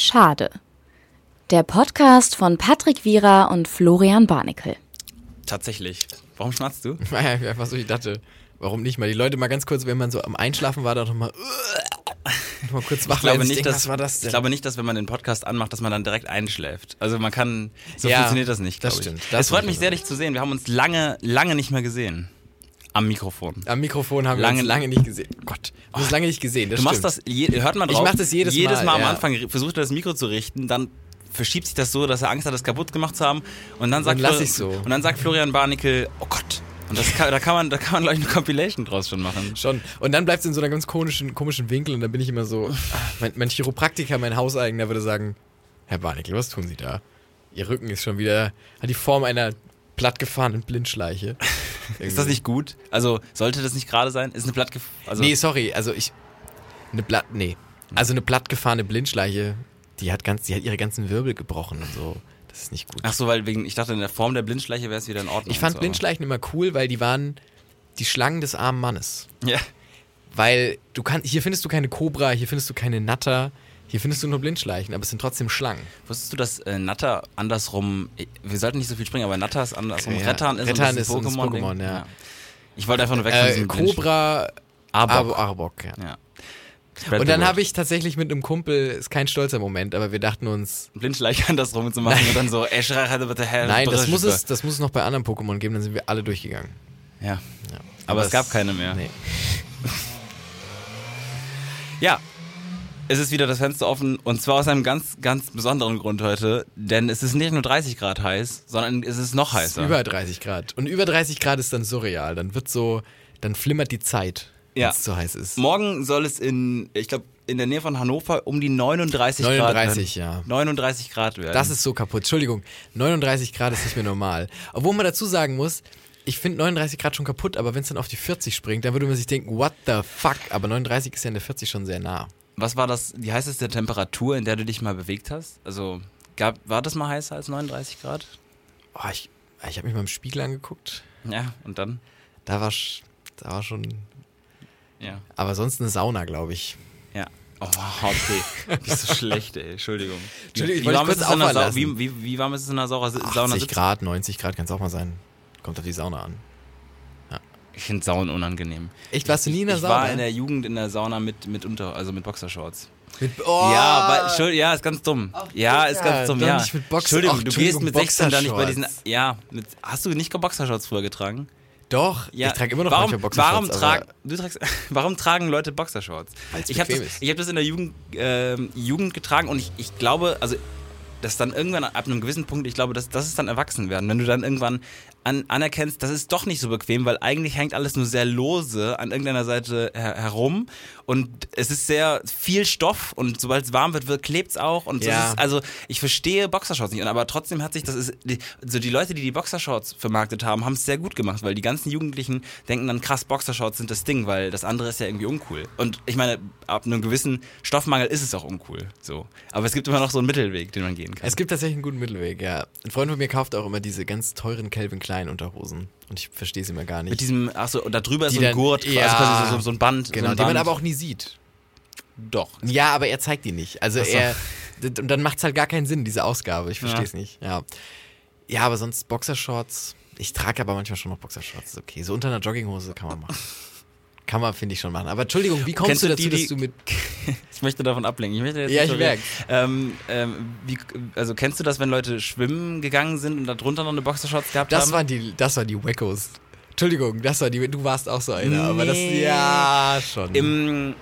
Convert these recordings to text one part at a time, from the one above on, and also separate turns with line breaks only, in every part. Schade. Der Podcast von Patrick Wierer und Florian Barnikel.
Tatsächlich. Warum schnarchst du?
Naja, einfach so, ich dachte, warum nicht mal? Die Leute mal ganz kurz, wenn man so am Einschlafen war, da noch mal, noch mal kurz wach
Ich glaube,
werden, sich
nicht,
denken,
dass,
was war das denn?
ich glaube nicht, dass wenn man den Podcast anmacht, dass man dann direkt einschläft. Also man kann, so
Ja,
funktioniert das nicht,
das
glaube ich.
stimmt, das
es freut
stimmt.
mich sehr, dich zu sehen. Wir haben uns lange, lange nicht mehr gesehen. Am Mikrofon.
Am Mikrofon haben
Lange-
wir uns lange nicht gesehen. Gott, wir haben uns lange nicht gesehen. Das
du machst
stimmt.
das, je, hört mal
Ich
drauf.
mach das jedes
Jedes
Mal,
Mal am
ja.
Anfang re- versucht er das Mikro zu richten, dann verschiebt sich das so, dass er Angst hat, das kaputt gemacht zu haben. Und dann sagt,
lass
Flor-
ich's so.
Und dann sagt Florian Barnickel, oh Gott. Und das kann, da kann man, da kann man gleich eine Compilation draus schon machen.
Schon. Und dann bleibt es in so einer ganz komischen, komischen Winkel und dann bin ich immer so, ah, mein, mein Chiropraktiker, mein Hauseigener würde sagen, Herr Barnickel, was tun Sie da? Ihr Rücken ist schon wieder, hat die Form einer plattgefahrenen Blindschleiche.
Ist das nicht gut? Also sollte das nicht gerade sein? Ist eine Blatt also
nee, sorry, also ich, eine Blatt, nee. Also eine plattgefahrene Blindschleiche, die hat ganz, die hat ihre ganzen Wirbel gebrochen und so. Das ist nicht gut.
Ach so, weil wegen, ich dachte, in der Form der Blindschleiche wäre es wieder in Ordnung.
ich fand
so.
Blindschleichen immer cool, weil die waren die Schlangen des armen Mannes.
Ja.
Weil du kannst, hier findest du keine Cobra, hier findest du keine Natter, hier findest du nur Blindschleichen, aber es sind trotzdem Schlangen.
Wusstest du, dass äh, Natter andersrum, wir sollten nicht so viel springen, aber Natter ist andersrum.
Ja.
Rettan ist, und
Rettan
das
ist uns
Pokémon-Ding.
Pokémon, ja.
Ich wollte einfach nur weg von
Äh,
diesem
Cobra,
Aber.
Arbok, Arbok ja.
Ja.
Und dann habe ich tatsächlich mit einem Kumpel, ist kein stolzer Moment, aber wir dachten uns,
Blindschleiche andersrum zu machen
Nein.
und dann so, Eschrach hatte bitte Herr.
nein, das muss, es, das muss es noch bei anderen Pokémon geben, dann sind wir alle durchgegangen.
Ja.
Ja. Aber,
es gab keine mehr.
Nee.
ja. Es ist wieder das Fenster offen und zwar aus einem ganz, ganz besonderen Grund heute, denn es ist nicht nur 30 Grad heiß, sondern es ist noch
Es ist
heißer.
über 30 Grad. Und über 30 Grad ist dann surreal, dann wird so, dann flimmert die Zeit, wenn
Ja.
es zu heiß ist.
Morgen soll es in, ich glaube, in der Nähe von Hannover um die 39 Grad
39, ja.
39 Grad werden.
Das ist so kaputt. Entschuldigung, 39 Grad ist nicht mehr normal. Obwohl man dazu sagen muss, ich finde 39 Grad schon kaputt, aber wenn es dann auf die 40 springt, dann würde man sich denken, what the fuck? Aber 39 ist ja in der 40 schon sehr nah.
Was war das, die heißeste Temperatur, in der du dich mal bewegt hast? Also gab, war das mal heißer als 39 Grad?
Oh, ich ich habe mich mal im Spiegel angeguckt.
Ja, und dann?
Da war, sch- da war schon.
Ja.
Aber sonst eine Sauna, glaube ich.
Ja. Oh, okay. Bist du schlecht, ey. Entschuldigung.
Entschuldigung, ich
wie,
wollte
warm
dich
ist
kurz
es in der Sau
auffallen
wie, wie, wie warm ist es in der Saura, Sauna?
80
sitzen?
Grad, 90 Grad kann es auch mal sein. Kommt auf die Sauna an.
Ich finde Saunen unangenehm.
Echt, warst du nie in der
ich
Sauna?
war in der Jugend in der Sauna mit, mit Unter, also mit Boxershorts.
Mit, oh,
Ja, weil, Entschuldigung, ja, ist ganz dumm. ja, ist
Digga,
ganz dumm,
doch
ja.
nicht mit Boxer-
Entschuldigung,
Ach,
du gehst mit
Entschuldigung,
16 da nicht bei diesen.
Boxershorts.
Ja, mit, hast du nicht Boxershorts früher getragen?
Doch,
Ja.
ich trage immer noch
warum,
manchmal Boxershorts.
Warum,
aber-
trag, du tragst, warum tragen Leute Boxershorts?
Weil's
Ich habe
bequem
das,
ist.
ich hab das in der Jugend, ähm, Jugend getragen und ich, ich glaube, also dass dann irgendwann ab einem gewissen Punkt, ich glaube, das, das ist dann erwachsen werden, wenn du dann irgendwann an, anerkennst, das ist doch nicht so bequem, weil eigentlich hängt alles nur sehr lose an irgendeiner Seite her herum und es ist sehr viel Stoff und sobald es warm wird, wird klebt's auch und
Ja.
das ist, also ich verstehe Boxershorts nicht, und aber trotzdem hat sich das ist die, so die Leute, die die Boxershorts vermarktet haben, haben es sehr gut gemacht, weil die ganzen Jugendlichen denken dann krass Boxershorts sind das Ding, weil das andere ist ja irgendwie uncool. Und ich meine, ab einem gewissen Stoffmangel ist es auch uncool, so. Aber es gibt immer noch so einen Mittelweg, den man gehen kann.
Es gibt tatsächlich einen guten Mittelweg, ja. Ein Freund von mir kauft auch immer diese ganz teuren Calvin Klein Unterhosen. Und ich verstehe sie immer gar nicht.
mit diesem, achso, da drüber ist
Die
so ein
dann-
Gurt, quasi,
ja.
quasi so, so, so ein Band.
genau,
so ein
die
Band.
man aber auch nie sieht.
Doch.
Ja, aber er zeigt die nicht. Also
Ach so.
er. d- Und dann macht es halt gar keinen Sinn, diese Ausgabe. Ich verstehe es nicht. Ja. ja, aber sonst Boxershorts. Ich trage aber manchmal schon noch Boxershorts. Ist okay. So unter einer Jogginghose kann man machen. kann man, finde ich, schon machen. Aber Entschuldigung, wie kommst
Kennst
du
du
dazu,
die, die-
dass du mit.
Ich möchte davon ablenken. Ich möchte jetzt
Ja,
nicht
ich
so reden.
merk's.
Ähm, ähm, wie, also kennst du das, wenn Leute schwimmen gegangen sind und darunter noch eine Boxershorts gehabt
Das
haben?
waren die, das waren die Wackos. Entschuldigung, das war die. Du warst auch so einer, aber das.
Nee.
Ja, schon.
Im,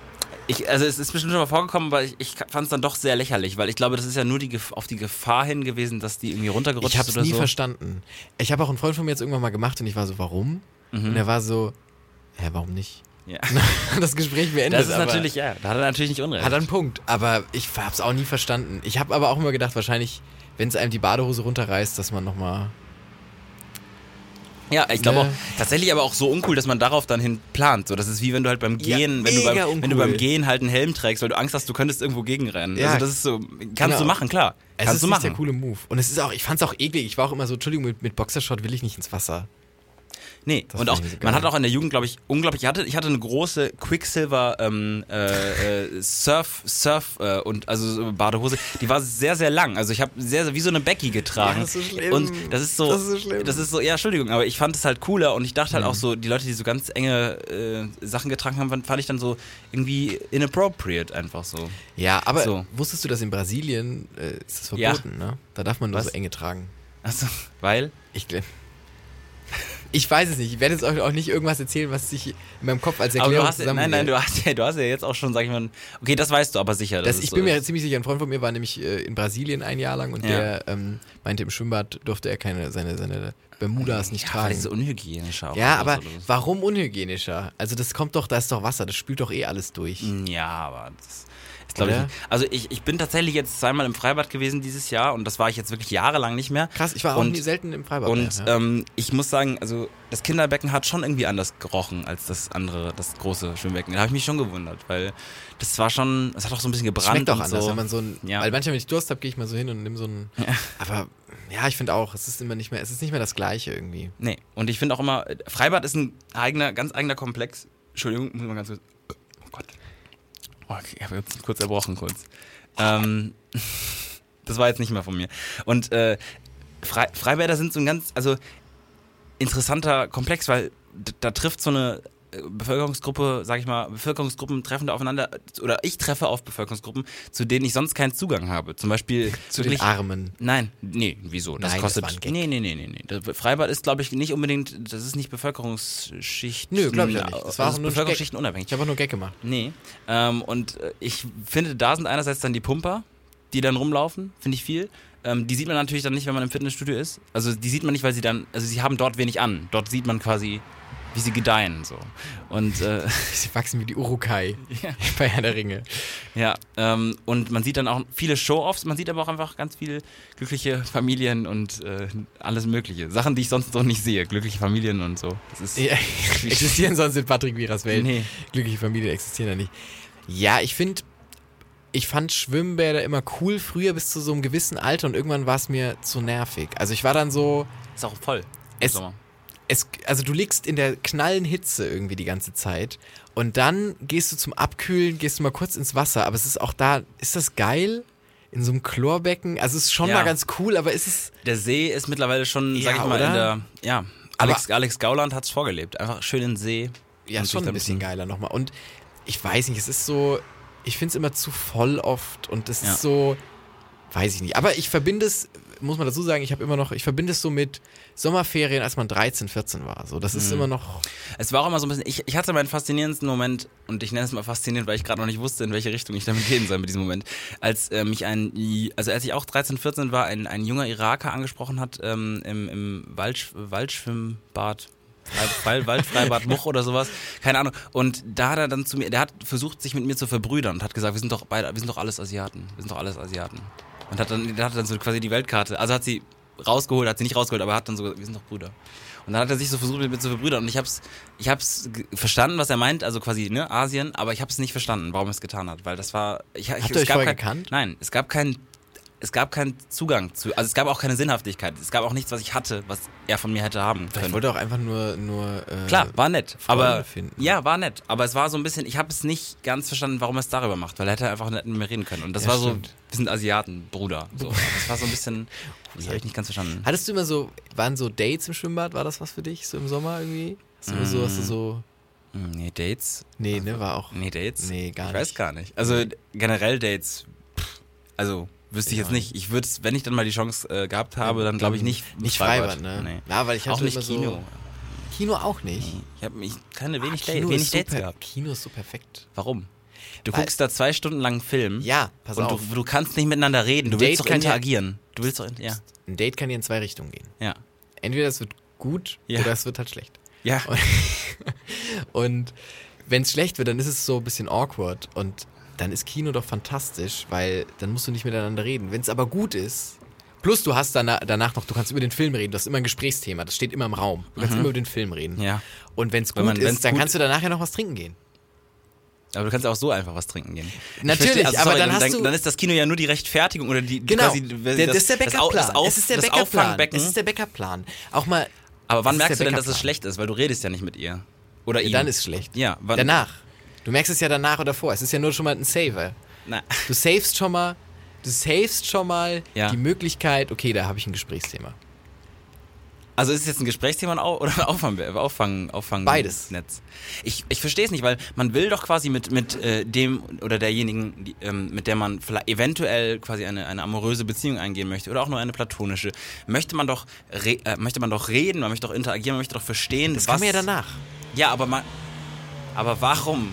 ich, also es ist bestimmt schon mal vorgekommen, aber ich, ich fand es dann doch sehr lächerlich, weil ich glaube, das ist ja nur die Gef auf die Gefahr hin gewesen, dass die irgendwie runtergerutscht
Ich habe
ist
es
oder
nie
so.
verstanden. Ich habe auch einen Freund von mir jetzt irgendwann mal gemacht und ich war so, warum?
Mhm.
Und er war so, hä, warum nicht?
Ja.
das Gespräch beendet.
Das ist
aber
natürlich, ja, da hat er natürlich nicht Unrecht.
Hat er einen Punkt, aber ich habe es auch nie verstanden. Ich habe aber auch immer gedacht, wahrscheinlich, wenn es einem die Badehose runterreißt, dass man nochmal.
ja, ich glaube auch,
Ne.
tatsächlich aber auch so uncool, dass man darauf dann hin plant. So, das ist wie wenn du halt beim
Ja,
Gehen, wenn, du
mega
beim, wenn du
uncool.
beim Gehen halt einen Helm trägst, weil du Angst hast, du könntest irgendwo gegenrennen.
Ja.
Also das ist so, kannst
Genau.
du machen, klar.
Es
kannst
ist
du
nicht
machen.
der coole Move. Und es ist auch, ich fand es auch eklig. Ich war auch immer so, Entschuldigung, mit, mit Boxershot will ich nicht ins Wasser.
Nee,
Das
und
fand
auch,
ich so geil.
man hat auch in der Jugend, glaube ich, unglaublich, ich hatte, ich hatte eine große Quicksilver ähm, äh, äh, Surf, Surf äh, und also so Badehose, die war sehr, sehr lang. Also ich habe sehr, sehr wie so eine Becky getragen.
Ja, das ist so schlimm.
Und das ist so,
Das ist so schlimm.
das ist so, ja, Entschuldigung, aber ich fand es halt cooler und ich dachte halt auch
Mhm.
so, die Leute, die so ganz enge äh, Sachen getragen haben, fand- fand ich dann so irgendwie inappropriate einfach so.
Ja, aber
So.
wusstest du, dass in Brasilien äh, ist das
Ja.
verboten, ne? Da darf man nur
Was?
so enge tragen.
Also, weil.
Ich glaube. Ich weiß es nicht. Ich werde jetzt euch auch nicht irgendwas erzählen, was sich in meinem Kopf als
Aber
Erklärung
du hast, nein, nein,
zusammengeht.
du hast, ja, du hast ja jetzt auch schon, sag ich mal, okay, das weißt du aber sicher. dass
das,
es
ich
so
bin
ist.
mir ziemlich sicher, ein Freund von mir war nämlich äh, in Brasilien ein Jahr lang und
Ja.
der ähm, meinte, im Schwimmbad durfte er keine seine, seine Bermudas
ja,
nicht
weil
tragen.
das ist unhygienisch auch.
ja,
ist
aber
oder so.
warum unhygienischer? Also das kommt doch, da ist doch Wasser, das spült doch eh alles durch.
Hm, Ja, aber das ist, glaube ich.
Oder?
nicht- Also ich, ich bin tatsächlich jetzt zweimal im Freibad gewesen dieses Jahr und das war ich jetzt wirklich jahrelang nicht mehr.
Krass, ich war auch
Und-
nie selten im Freibad.
Und
mehr, ja.
ähm, ich muss sagen, also das Kinderbecken hat schon irgendwie anders gerochen als das andere, das große Schwimmbecken. Da habe ich mich schon gewundert, weil das war schon, es hat auch so ein bisschen gebrannt.
Schmeckt doch
und
anders,
so.
wenn man so ein,
Ja.
weil manchmal, wenn ich Durst habe, gehe ich mal so hin und nehme so einen, aber ja, ich finde auch, es ist immer nicht mehr, es ist nicht mehr das Gleiche irgendwie.
Nee, und ich finde auch immer, äh, Freibad ist ein eigener, ganz eigener Komplex. Entschuldigung, muss man ganz kurz. Oh Gott. Oh, okay, ich habe jetzt kurz erbrochen, kurz. Ähm, das war jetzt nicht mehr von mir. Und äh, Fre Freibäder sind so ein ganz, also interessanter Komplex, weil d- da trifft so eine äh, Bevölkerungsgruppe, sag ich mal, Bevölkerungsgruppen treffen da aufeinander, oder ich treffe auf Bevölkerungsgruppen, zu denen ich sonst keinen Zugang habe. Zum Beispiel
Zu den
wirklich-
Armen.
Nein, nee, wieso? Das
Nein, das
kostet.
war ein Gag.
Nee, nee, nee, nee, nee. Das Freibad ist, glaube ich, nicht unbedingt, das ist nicht Bevölkerungsschichten.
Nö, glaube ich auch nicht. Das war
also
auch nur ein
Bevölkerungsschichten unabhängig.
Ich habe auch nur Gag gemacht.
Nee. Ähm, und äh, ich finde, da sind einerseits dann die Pumper, die dann rumlaufen, finde ich viel. Ähm, die sieht man natürlich dann nicht, wenn man im Fitnessstudio ist. Also die sieht man nicht, weil sie dann, also sie haben dort wenig an. Dort sieht man quasi, wie sie gedeihen so. Und äh,
Sie wachsen wie die Urukai
Ja.
bei Herr der Ringe.
Ja, ähm, und man sieht dann auch viele Show-Offs, man sieht aber auch einfach ganz viele glückliche Familien und äh, alles Mögliche. Sachen, die ich sonst so nicht sehe. Glückliche Familien und so. Das ist.
Ja, existieren sonst in Patrick Viras Welt.
Nee.
Glückliche Familien existieren ja nicht. Ja, ich finde, ich fand Schwimmbäder immer cool früher bis zu so einem gewissen Alter und irgendwann war es mir zu nervig. Also ich war dann so,
Ist auch voll.
Es-
Sommer.
es, also du liegst in der knallen Hitze irgendwie die ganze Zeit und dann gehst du zum Abkühlen, gehst du mal kurz ins Wasser, aber es ist auch da, ist das geil? In so einem Chlorbecken? Also es ist schon
Ja.
mal ganz cool, aber ist es,
Der See ist mittlerweile schon, sag
Ja,
ich mal,
oder?
in der. Ja. Alex, Alex Gauland hat's vorgelebt. Einfach schön in den See.
ja
und sich
schon
da
ein bisschen geiler nochmal. Und ich weiß nicht, es ist so, ich finde es immer zu voll oft und es
Ja.
ist so, weiß ich nicht. Aber ich verbinde es, muss man dazu sagen, ich habe immer noch, ich verbinde es so mit Sommerferien, als man 13, 14 war. So, das
Mhm.
ist immer noch,
Es war auch immer so ein bisschen. Ich, ich hatte meinen faszinierendsten Moment, und ich nenne es mal faszinierend, weil ich gerade noch nicht wusste, in welche Richtung ich damit gehen soll mit diesem Moment. Als äh, mich ein, I- also als ich auch 13, 14 war, ein, ein junger Iraker angesprochen hat ähm, im, im Waldsch Waldschwimmbad. Frei- Wald, Waldfreibad Much oder sowas, keine Ahnung. Und da hat er dann zu mir, der hat versucht, sich mit mir zu verbrüdern und hat gesagt, wir sind doch beide, wir sind doch alles Asiaten, wir sind doch alles Asiaten. Und hat dann, der hat dann so quasi die Weltkarte, also hat sie rausgeholt, hat sie nicht rausgeholt, aber hat dann so gesagt, wir sind doch Brüder. Und dann hat er sich so versucht, mit mir zu verbrüdern. Und ich hab's, ich hab's ge- verstanden, was er meint, also quasi, ne, Asien, aber ich hab's nicht verstanden, warum er es getan hat. Weil das war. Ich, ich,
Habt ihr
es
euch
gab
vorher
kein-
gekannt?
Nein, es gab keinen. Es gab keinen Zugang zu, also es gab auch keine Sinnhaftigkeit. Es gab auch nichts, was ich hatte, was er von mir hätte haben
ich
können.
wollte auch einfach nur, nur äh,
Klar, war nett.
Freunde
aber
finden.
ja, war nett. Aber es war so ein bisschen, ich habe es nicht ganz verstanden, warum er es darüber macht, weil er hätte einfach nicht mit mir reden können. Und das
Ja,
war so,
stimmt.
wir sind Asiaten, Bruder. So. Aber Das war so ein bisschen, das habe ich nicht ganz verstanden.
Hattest du immer so, waren so Dates im Schwimmbad, war das was für dich, so im Sommer irgendwie? Hast du immer so, hast du so,
Hm, Nee, Dates.
nee, ne, war auch,
Nee, Dates?
Nee, gar
ich
nicht.
Ich weiß gar nicht. Also generell Dates, pff, also wüsste ich
Ja.
jetzt nicht. Ich würde wenn ich dann mal die Chance äh, gehabt habe, dann glaube ich nicht. im
nicht Freibad, ne?
Nee.
Ja, weil ich hatte
Auch nicht
immer so-
Kino.
Kino auch nicht.
Ich habe ich keine wenig,
Ah,
Date, wenig
ist
Dates
super,
gehabt.
Kino ist so perfekt.
Warum? Du
Weil-
guckst da zwei Stunden lang einen Film
Ja, pass
und
auf.
du, du kannst nicht miteinander reden. Du
Date
willst doch
kann ja-
interagieren. Du willst doch, in, ja.
Ein Date kann ja in zwei Richtungen gehen.
Ja.
Entweder es wird gut
Ja.
oder es wird halt schlecht.
Ja.
Und wenn es schlecht wird, dann ist es so ein bisschen awkward und dann ist Kino doch fantastisch, weil dann musst du nicht miteinander reden. Wenn es aber gut ist, plus du hast danach, danach noch, du kannst über den Film reden, das ist immer ein Gesprächsthema, das steht immer im Raum. Du kannst immer über den Film reden.
Mhm. Ja.
Und wenn's
Wenn
gut
man- wenn's
ist, dann
gut-
kannst du danach ja noch was trinken gehen.
Aber du kannst auch so einfach was trinken gehen. Ich also
Natürlich, aber dann hast
dann,
du-
dann ist das Kino ja nur die Rechtfertigung oder die
Genau.
quasi
der, das, ist der
das Au-
Backup-Plan.
das Au-
es ist der
das
Backup-Plan.
Auffangbecken.
Es ist der Backup-Plan. Auch mal
Aber wann
Das ist
merkst du
der
denn, dass es
Backup-Plan.
schlecht ist? Weil du redest ja nicht mit ihr. Oder ihm.
Ja, dann ist schlecht.
Ja, wann,
Danach. Du merkst es ja danach oder vor. Es ist ja nur schon mal ein Saver.
Na,
Du savest schon mal, du savest schon mal
Ja.
die Möglichkeit, okay, da habe ich ein Gesprächsthema.
also ist es jetzt ein Gesprächsthema oder Au- oder ein Auffang, Auffang, Auffang
Beides.
Netz? Ich, ich verstehe es nicht, weil man will doch quasi mit, mit äh, dem oder derjenigen, die, ähm, mit der man vielleicht eventuell quasi eine, eine amoröse Beziehung eingehen möchte oder auch nur eine platonische, möchte man doch, re, äh, möchte man doch reden, man möchte doch interagieren, man möchte doch verstehen,
Das
was...
kam ja danach.
Ja, aber man. Aber warum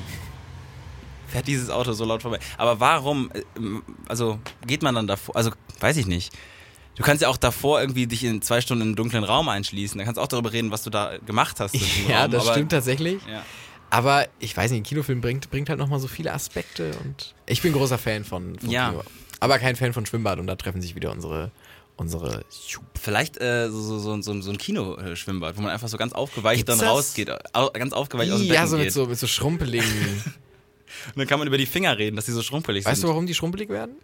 fährt dieses Auto so laut vorbei? Aber warum, äh, ähm, also geht man dann davor, also weiß ich nicht. Du kannst ja auch davor irgendwie dich in zwei Stunden in einen dunklen Raum einschließen. Da kannst du auch darüber reden, was du da gemacht hast. in diesem
Ja,
Raum.
das
aber,
stimmt tatsächlich.
Ja.
Aber ich weiß nicht, ein Kinofilm bringt, bringt halt nochmal so viele Aspekte und ich bin großer Fan von, von
Ja.
Kino. Aber kein Fan von Schwimmbad und da treffen sich wieder unsere, unsere
Vielleicht äh, so, so, so, so, so ein Kino-Schwimmbad, wo man einfach so ganz aufgeweicht
Gibt's
dann
das?
rausgeht. Au, ganz aufgeweicht aus dem
Ja,
Becken
so mit
geht.
so, mit so schrumpeligen.
Und dann kann man über die Finger reden, dass die so schrumpelig
weißt du,
sind.
warum die schrumpelig werden?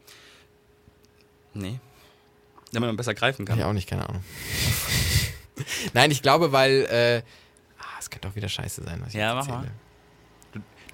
Du? Nee. Damit man besser greifen
Ja.
kann.
Ich auch nicht, keine Ahnung. Nein, ich glaube, weil. Äh, ah, es könnte auch wieder scheiße sein, was ich
Ja, mach
jetzt
mal.
erzähle.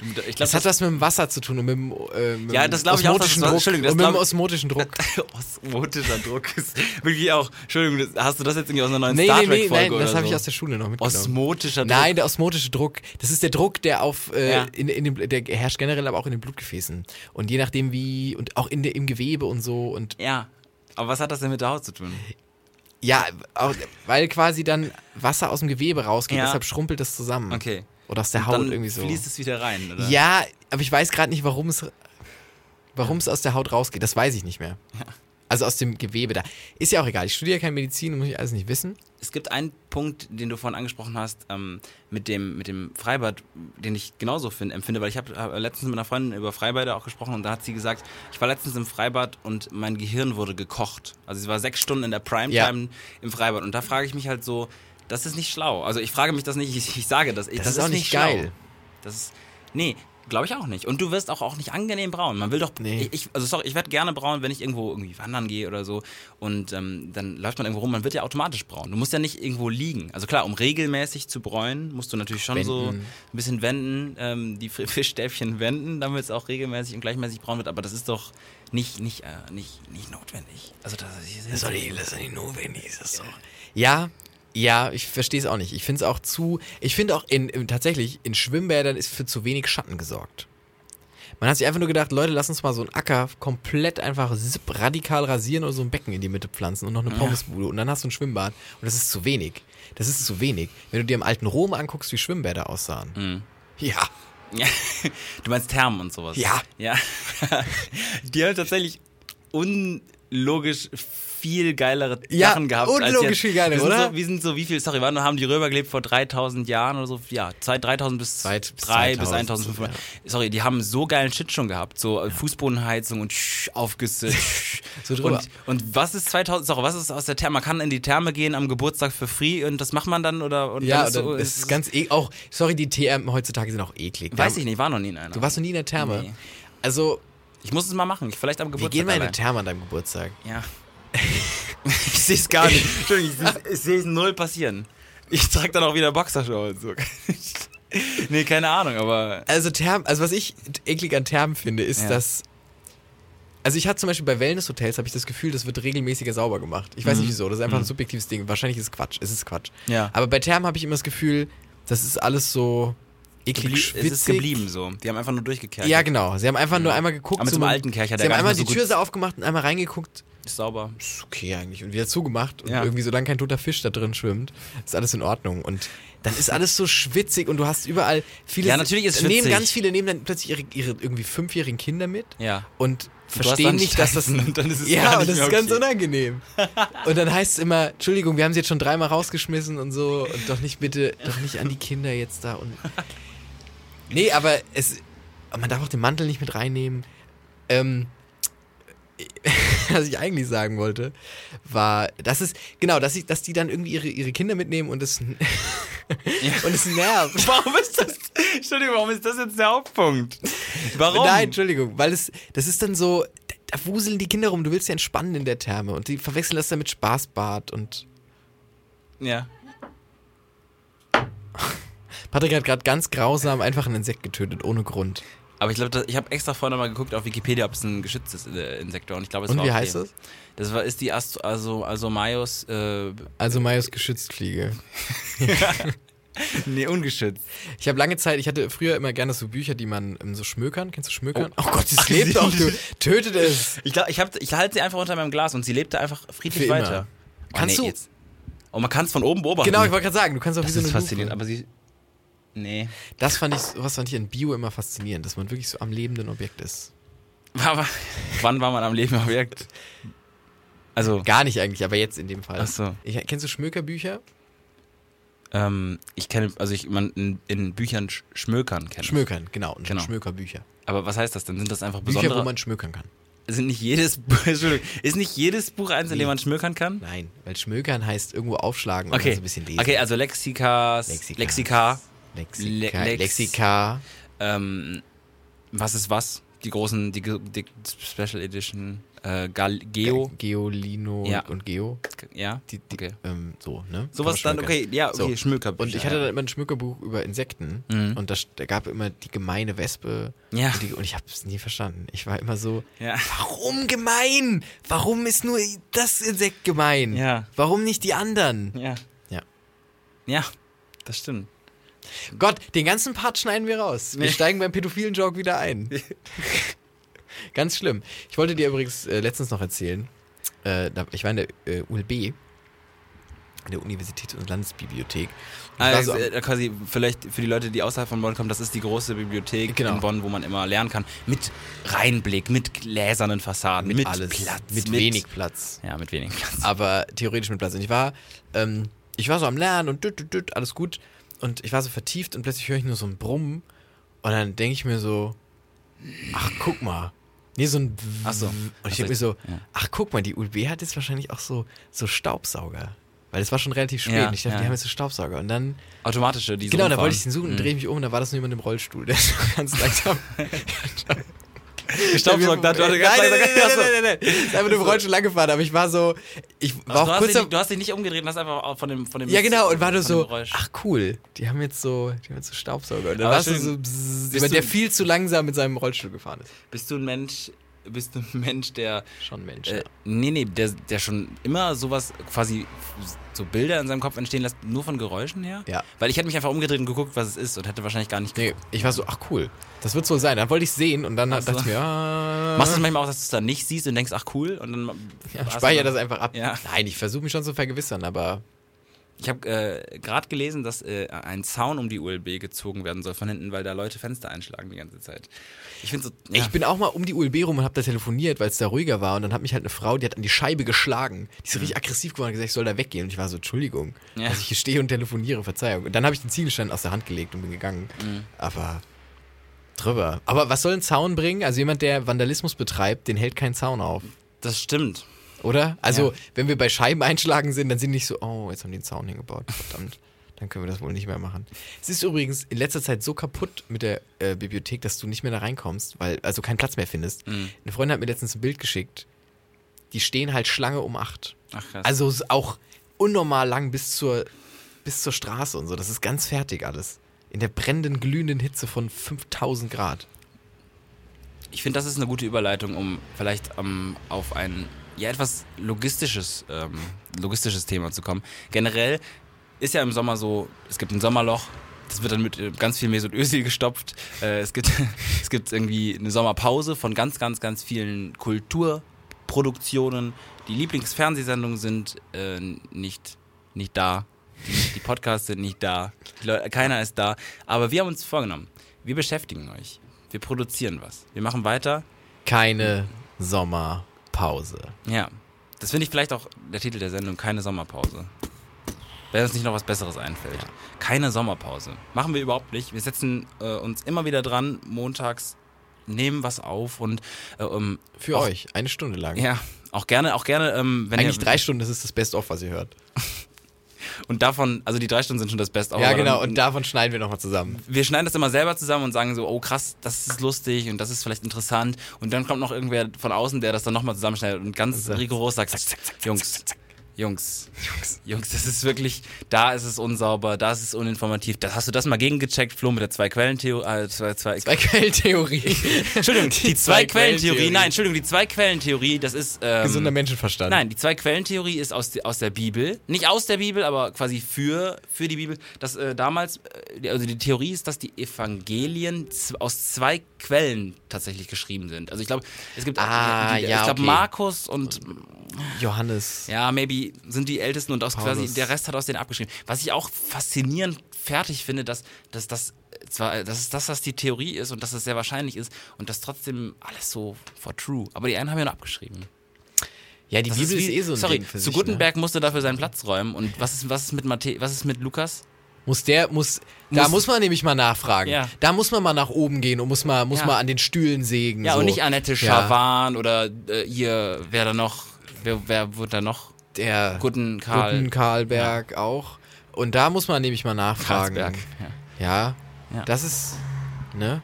Du- Ich glaub,
Das hat was mit dem Wasser zu tun und mit dem, äh, mit
Ja,
dem
das glaub ich auch, dass
osmotischen
das-
Druck.
Entschuldigung, das
und mit dem
glaub-
osmotischen Druck.
Osmotischer Druck ist wirklich auch. Entschuldigung, das- hast du das jetzt irgendwie aus einer neuen
nee,
Star
nee, nee,
Trek-Folge
nein,
oder
das habe
so?
ich aus der Schule noch mitgenommen.
Osmotischer Druck.
Nein, der osmotische Druck. Das ist der Druck, der auf äh,
Ja.
in, in dem, der herrscht generell, aber auch in den Blutgefäßen. Und je nachdem wie und auch in der, im Gewebe und so und
Ja. Aber was hat das denn mit der Haut zu tun?
ja, auch, weil quasi dann Wasser aus dem Gewebe rausgeht,
Ja.
deshalb schrumpelt das zusammen.
Okay.
Oder aus der Haut
Dann
irgendwie so.
fließt es wieder rein, oder?
Ja, aber ich weiß gerade nicht, warum es warum es aus der Haut rausgeht. Das weiß ich nicht mehr. Also aus dem Gewebe da. Ist ja auch egal. Ich studiere ja keine Medizin und muss ich alles nicht wissen.
Es gibt einen Punkt, den du vorhin angesprochen hast, ähm, mit, dem, mit dem Freibad, den ich genauso find, empfinde, weil ich habe hab letztens mit einer Freundin über Freibäder auch gesprochen und da hat sie gesagt, ich war letztens im Freibad und mein Gehirn wurde gekocht. Also sie war sechs Stunden in der Primetime im Freibad und da frage ich mich halt so, das ist nicht schlau. Also ich frage mich das nicht, ich, ich sage das. Ich,
Das ist auch nicht geil.
Schlau. Das ist, nee, glaube ich auch nicht. Und du wirst auch, auch nicht angenehm braun. Man will doch,
Nee.
ich, ich, also sorry, ich werde gerne braun, wenn ich irgendwo irgendwie wandern gehe oder so. Und ähm, dann läuft man irgendwo rum, man wird ja automatisch braun. Du musst ja nicht irgendwo liegen. Also klar, um regelmäßig zu bräunen, musst du natürlich schon so ein
Wenden.
bisschen wenden, ähm, die Fri- Fischstäbchen wenden, damit es auch regelmäßig und gleichmäßig braun wird. Aber das ist doch nicht, nicht, äh, nicht, nicht notwendig. Also das ist...
Das soll die, das soll die notwendig, ist das so. Ja, ja, ich verstehe es auch nicht. Ich finde es auch zu, ich finde auch in, in, tatsächlich, in Schwimmbädern ist für zu wenig Schatten gesorgt. Man hat sich einfach nur gedacht, Leute, lass uns mal so einen Acker komplett einfach zip, radikal rasieren oder so ein Becken in die Mitte pflanzen und noch eine Pommesbude und dann hast du ein Schwimmbad. Und das ist zu wenig. Das ist zu wenig. Wenn du dir im alten Rom anguckst, wie Schwimmbäder aussahen. Ja.
Ja. Du meinst Thermen und sowas?
Ja.
Ja. Die haben tatsächlich unlogisch viel geilere
Ja,
Sachen gehabt. als
unlogisch
jetzt.
viel geiler,
wir sind
oder?
So, wir sind so, wie viel, sorry, wann haben die Römer gelebt? Vor 3000 Jahren oder so? Ja, 2, 3000 bis
Zweit- bis
3 bis
2000,
1500. Sorry, die haben so geilen Shit schon gehabt. So äh, Fußbodenheizung und tsch, Aufgüsse. tsch.
So drüber.
und, und was ist 2000, sorry, was ist aus der Therme? Man kann in die Therme gehen am Geburtstag für free und das macht man dann oder? Und
Ja,
dann
das
so-
ist, ganz eklig. Auch, sorry, die TM heutzutage sind auch eklig.
Weiß ich nicht, war noch nie in einer.
Du warst noch nie in der Therme.
Nee.
Also,
Ich muss es mal machen. Ich- Vielleicht am
wir
Geburtstag.
gehen mal in eine
allein.
Therme an deinem Geburtstag.
Ja. ich sehe es gar nicht. Entschuldigung, ich seh's- ich sehe es null passieren. Ich trage dann auch wieder Boxershorts. So. nee, keine Ahnung, aber.
Also Therm, also was ich eklig an Thermen finde, ist,
Ja.
dass also ich hatte zum Beispiel bei Wellnesshotels habe ich das Gefühl, das wird regelmäßiger sauber gemacht. Ich weiß
Mhm.
nicht wieso, das ist einfach ein subjektives Ding. Wahrscheinlich ist es Quatsch, es ist Quatsch.
Ja.
Aber bei Thermen habe ich immer das Gefühl, das ist alles so eklig
Geblie
schwitzig.
es ist geblieben so. Die haben einfach nur durchgekehrt.
Ja, genau. Sie haben einfach nur einmal geguckt.
Aber mit
so
so einem
mit-
alten Kercher, der
Sie haben
gar
einmal
nicht mehr so
die
gut-
Tür so aufgemacht und einmal reingeguckt.
Ist sauber.
Ist okay eigentlich. Und wieder zugemacht. Und
Ja.
irgendwie solange kein toter Fisch da drin schwimmt, ist alles in Ordnung. Und dann ist alles so schwitzig und du hast überall viele.
Ja, natürlich ist
Nehmen
schwitzig.
ganz viele nehmen dann plötzlich ihre, ihre irgendwie fünfjährigen Kinder mit
Ja.
und
hast dann
verstehen nicht, dass das.
Steifen und dann ist es
ja,
gar nicht
und das
mehr
ist ganz
okay.
unangenehm. Und dann heißt es immer, Entschuldigung, wir haben sie jetzt schon dreimal rausgeschmissen und so und doch nicht bitte, doch nicht an die Kinder jetzt da und. Nee, aber es. Man darf auch den Mantel nicht mit reinnehmen. Ähm, was ich eigentlich sagen wollte, war, dass es, genau, dass, ich, dass die dann irgendwie ihre, ihre Kinder mitnehmen und es, und es nervt.
Warum ist das. Entschuldigung, warum ist das jetzt der Hauptpunkt? Warum?
Nein, Entschuldigung, weil es, das ist dann so, da, da wuseln die Kinder rum, du willst ja entspannen in der Therme und die verwechseln das dann mit Spaßbad und
Ja.
Patrick hat gerade ganz grausam einfach ein Insekt getötet, ohne Grund.
Aber ich glaube, das- ich habe extra vorhin nochmal geguckt auf Wikipedia, ob es ein geschütztes äh, Insekt war. Und ich glaube, es
Und
war
wie
okay.
heißt es?
Das war, ist die Ast also, also Maios, äh,
Also Maius geschützt Fliege.
nee, ungeschützt.
Ich habe lange Zeit, ich hatte früher immer gerne so Bücher, die man ähm, so schmökern. Kennst du schmökern?
Oh.
Oh, Gott, es
Ach,
lebt
sie-
doch, du. Tötet es.
Ich glaube, ich, hab- ich halte sie einfach unter meinem Glas und sie lebte einfach friedlich
Für immer.
weiter. Oh,
Kannst du-
Jetzt. Und man kann es von oben beobachten.
Genau, ich wollte gerade sagen, du kannst auch wie
Das
so eine
ist faszinierend,
Lupe.
aber sie. Nee.
Das fand ich, was fand ich in Bio immer faszinierend, dass man wirklich so am lebenden Objekt ist.
Aber, wann war man am Leben erwirkt? Also,
Gar nicht eigentlich, aber jetzt in dem Fall.
Ach so.
Ich, kennst du Schmökerbücher?
ähm, ich kenne, also ich, man in, in Büchern Sch Schmökern kennt.
Schmökern, genau. Und
Genau.
Schmökerbücher.
aber was heißt das denn? Sind das einfach
Bücher, wo
besondere
man schmökern kann.
sind nicht jedes Buch, Entschuldigung, ist nicht jedes Buch eins, in dem man schmökern kann?
Nein, weil schmökern heißt irgendwo aufschlagen und
Okay.
dann so ein bisschen lesen.
okay, also Lexikas, Lexika,
Lexika.
Le-
Lexika.
Lex-
Lexika.
ähm, was ist was? Die großen, die, ge- die Special Edition, äh, Gal Geo,
Geolino
Ja.
und, und Geo.
ja?
Die, die,
Okay.
ähm, so, ne?
Sowas dann,
Kann man
okay,
schmökern.
ja, okay,
So.
Schmökerbücher.
Und ich hatte dann immer ein Schmökerbuch über Insekten
Mhm.
und da, st- da gab immer die gemeine Wespe.
Ja.
Und, die, und ich habe es nie verstanden. Ich war immer so,
Ja.
warum gemein? Warum ist nur das Insekt gemein?
Ja.
Warum nicht die anderen?
ja.
Ja.
Ja, das stimmt.
Gott, den ganzen Part schneiden wir raus. Wir
Nee.
steigen beim pädophilen Joke wieder ein. Ganz schlimm. Ich wollte dir übrigens äh, letztens noch erzählen, äh, da, ich war in der äh, ULB, in der Universitäts- und Landesbibliothek. Ich war
Also,
so am-
äh, quasi, vielleicht für die Leute, die außerhalb von Bonn kommen, das ist die große Bibliothek
Genau.
in Bonn, wo man immer lernen kann. Mit Reinblick, mit gläsernen Fassaden, mit, Platz,
mit wenig Platz.
Ja, mit wenig Platz.
aber theoretisch mit Platz. Und ich war, ähm, ich war so am Lernen und düt, düt, düt, alles gut. Und ich war so vertieft und plötzlich höre ich nur so ein Brummen. Und dann denke ich mir so, ach, guck mal. Nee, so ein
Ach so.
Und ich
Also
denke mir
ich-
so,
ja.
ach, guck mal, die ULB hat jetzt wahrscheinlich auch so, so Staubsauger. Weil es war schon relativ spät.
Ja,
und ich dachte,
ja.
die haben jetzt so Staubsauger. Und dann,
Automatische, die so Mhm.
genau, da
rumfahren.
wollte ich den suchen und drehe mich um und da war das nur jemand im Rollstuhl. Der ist so ganz langsam.
Staubsauger, da-
nein,
du
nein,
hast-
nein, nein, nein, nein, nein. Ist einfach nur im Rollstuhl lang gefahren. Aber ich war so, ich war
Also, du,
auch
hast
kurz
dich,
am,
du hast dich nicht umgedreht, und hast einfach auch von dem, von dem
Ja, genau, und war nur
von dem
so,
Geräusch.
ach cool, die haben jetzt so, die haben jetzt so Staubsauger. Und dann
Aber
warst du
schön,
so, bzzz,
bist
jemand, der
du-
viel zu langsam mit seinem Rollstuhl gefahren ist.
Bist du ein Mensch, bist du ein Mensch, der
Schon Mensch.
äh, nee, nee, der, der schon immer sowas quasi so Bilder in seinem Kopf entstehen lässt, nur von Geräuschen her?
Ja.
Weil ich hätte mich einfach umgedreht und geguckt, was es ist und hätte wahrscheinlich gar nicht
Nee, ich war so, ach cool, das wird so sein. Dann wollte ich sehen und dann
Ach so.
dachte ich mir, ah,
Machst du es manchmal auch, dass du es dann nicht siehst und denkst, ach cool, und dann
ja,
hast
speicher
du-
das einfach ab.
Ja.
Nein, ich versuche mich schon zu vergewissern, aber
Ich habe äh, gerade gelesen, dass äh, ein Zaun um die ULB gezogen werden soll von hinten, weil da Leute Fenster einschlagen die ganze Zeit. Ich finde so, ja,
ich bin auch mal um die ULB rum und habe da telefoniert, weil es da ruhiger war und dann hat mich halt eine Frau, die hat an die Scheibe geschlagen. Die ist richtig aggressiv geworden und hat gesagt, ich soll da weggehen. Und ich war so, Entschuldigung,
Mhm. Ja.
dass ich hier stehe und telefoniere, Verzeihung. Und dann habe ich den Ziegelstein aus der Hand gelegt und bin gegangen.
Mhm.
Aber drüber. Aber was soll ein Zaun bringen? Also jemand, der Vandalismus betreibt, den hält kein Zaun auf.
das stimmt.
Oder? Also,
Ja.
wenn wir bei Scheiben einschlagen sind, dann sind die nicht so, oh, jetzt haben die einen Zaun hingebaut. Verdammt. Dann können wir das wohl nicht mehr machen. Es ist übrigens in letzter Zeit so kaputt mit der äh, Bibliothek, dass du nicht mehr da reinkommst, weil also keinen Platz mehr findest.
Mhm.
Eine Freundin hat mir letztens ein Bild geschickt. Die stehen halt Schlange um acht.
Ach krass.
Also es ist auch unnormal lang bis zur, bis zur Straße und so. Das ist ganz fertig alles. In der brennenden, glühenden Hitze von 5000 Grad.
ich finde, das ist eine gute Überleitung, um vielleicht ähm, auf ein ja etwas logistisches, ähm, logistisches Thema zu kommen. Generell ist ja im Sommer so, es gibt ein Sommerloch. Das wird dann mit äh, ganz viel Mesut Özil gestopft. Äh, es, gibt, es gibt irgendwie eine Sommerpause von ganz, ganz, ganz vielen Kulturproduktionen. Die Lieblingsfernsehsendungen sind äh, nicht, nicht da. Die, die Podcasts sind nicht da. Die Leute, keiner ist da. Aber wir haben uns vorgenommen, wir beschäftigen euch. Wir produzieren was. Wir machen weiter.
Keine
Mhm.
Sommerpause.
Ja. Das finde ich vielleicht auch der Titel der Sendung, keine Sommerpause. Wenn uns nicht noch was Besseres einfällt. Keine Sommerpause. Machen wir überhaupt nicht. Wir setzen äh, uns immer wieder dran, montags nehmen was auf und äh, ähm,
Für
auch,
euch. Eine Stunde lang.
Ja, auch gerne, auch gerne, ähm, wenn
Eigentlich
ihr,
drei Stunden, das ist das Best-of, was ihr hört.
Und davon, also die drei Stunden sind schon das Beste.
ja,
aber
genau.
dann-
Und davon schneiden wir nochmal zusammen.
wir schneiden das immer selber zusammen und sagen so, oh krass, das ist lustig und das ist vielleicht interessant. Und dann kommt noch irgendwer von außen, der das dann nochmal zusammenschneidet und ganz rigoros sagt, zack, zack, zack, Jungs, Jungs, Jungs, Jungs, das ist wirklich, da ist es unsauber, da ist es uninformativ. Das, hast du das mal gegengecheckt, Flo, mit der Zwei-Quellen-Theorie? Äh, zwei, zwei,
Bei Quelltheorie.
Entschuldigung, die, Zwei-Quellen-Theorie, nein, Entschuldigung, die Zwei-Quellen-Theorie, das ist... Ähm,
Gesunder Menschenverstand.
Nein, die Zwei-Quellen-Theorie ist aus, aus der Bibel. Nicht aus der Bibel, aber quasi für, für die Bibel. Dass äh, damals, äh, die- also die Theorie ist, dass die Evangelien z- aus zwei Quellen tatsächlich geschrieben sind. Also ich glaube, es gibt
Ah,
die,
ja,
ich glaube
okay.
Markus und
Johannes.
ja, maybe sind die Ältesten und aus
Paulus.
quasi der Rest hat aus denen abgeschrieben. Was ich auch faszinierend fertig finde, dass, dass das zwar, das ist das, was die Theorie ist und dass das sehr wahrscheinlich ist und das trotzdem alles so for true. Aber die einen haben ja nur abgeschrieben.
Ja, die
Das
Bibel ist,
wie-
eh so ein
Sorry,
Ding für
zu
sich, ne?
Gutenberg musste dafür seinen Platz räumen. Und was ist, was ist mit Matthä was ist mit Lukas?
Ne? Muss der, muss, da
Muss-
muss man nämlich mal nachfragen.
Ja.
Da muss man mal nach oben gehen und muss mal, muss
Ja.
mal an den Stühlen sägen.
Ja,
so.
und nicht Annette
Ja.
Schawan oder äh, hier, wer da noch, wer, wer wird da noch?
Der
Guten Karl.
Guten Karlberg auch. Und da muss man nämlich mal nachfragen.
Karlsberg. Ja.
Ja,
Ja.
das ist, ne?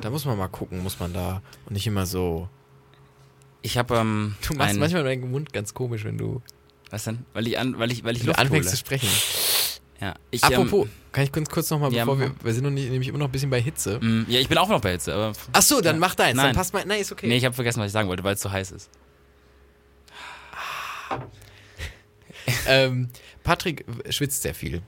Da muss man mal gucken, muss man da. Und nicht immer so.
Ich habe ähm,
Du machst
ein-
manchmal deinen Mund ganz komisch, wenn du,
was denn? Weil ich an, weil ich, weil ich
wenn du
Luft
anfängst zu
hole.
sprechen.
Ja, ich, ähm,
Apropos, kann ich kurz, kurz nochmal,
ja,
bevor
mach
wir, wir sind noch nicht, nämlich immer noch ein bisschen bei Hitze.
Ähm, ja, ich bin auch noch bei Hitze, aber
Ach so, dann mach deins, dann
Nein.
passt mein, nein, ist okay.
nee, ich habe vergessen, was ich sagen wollte, weil es zu heiß ist.
Ähm, Patrick w- schwitzt sehr viel.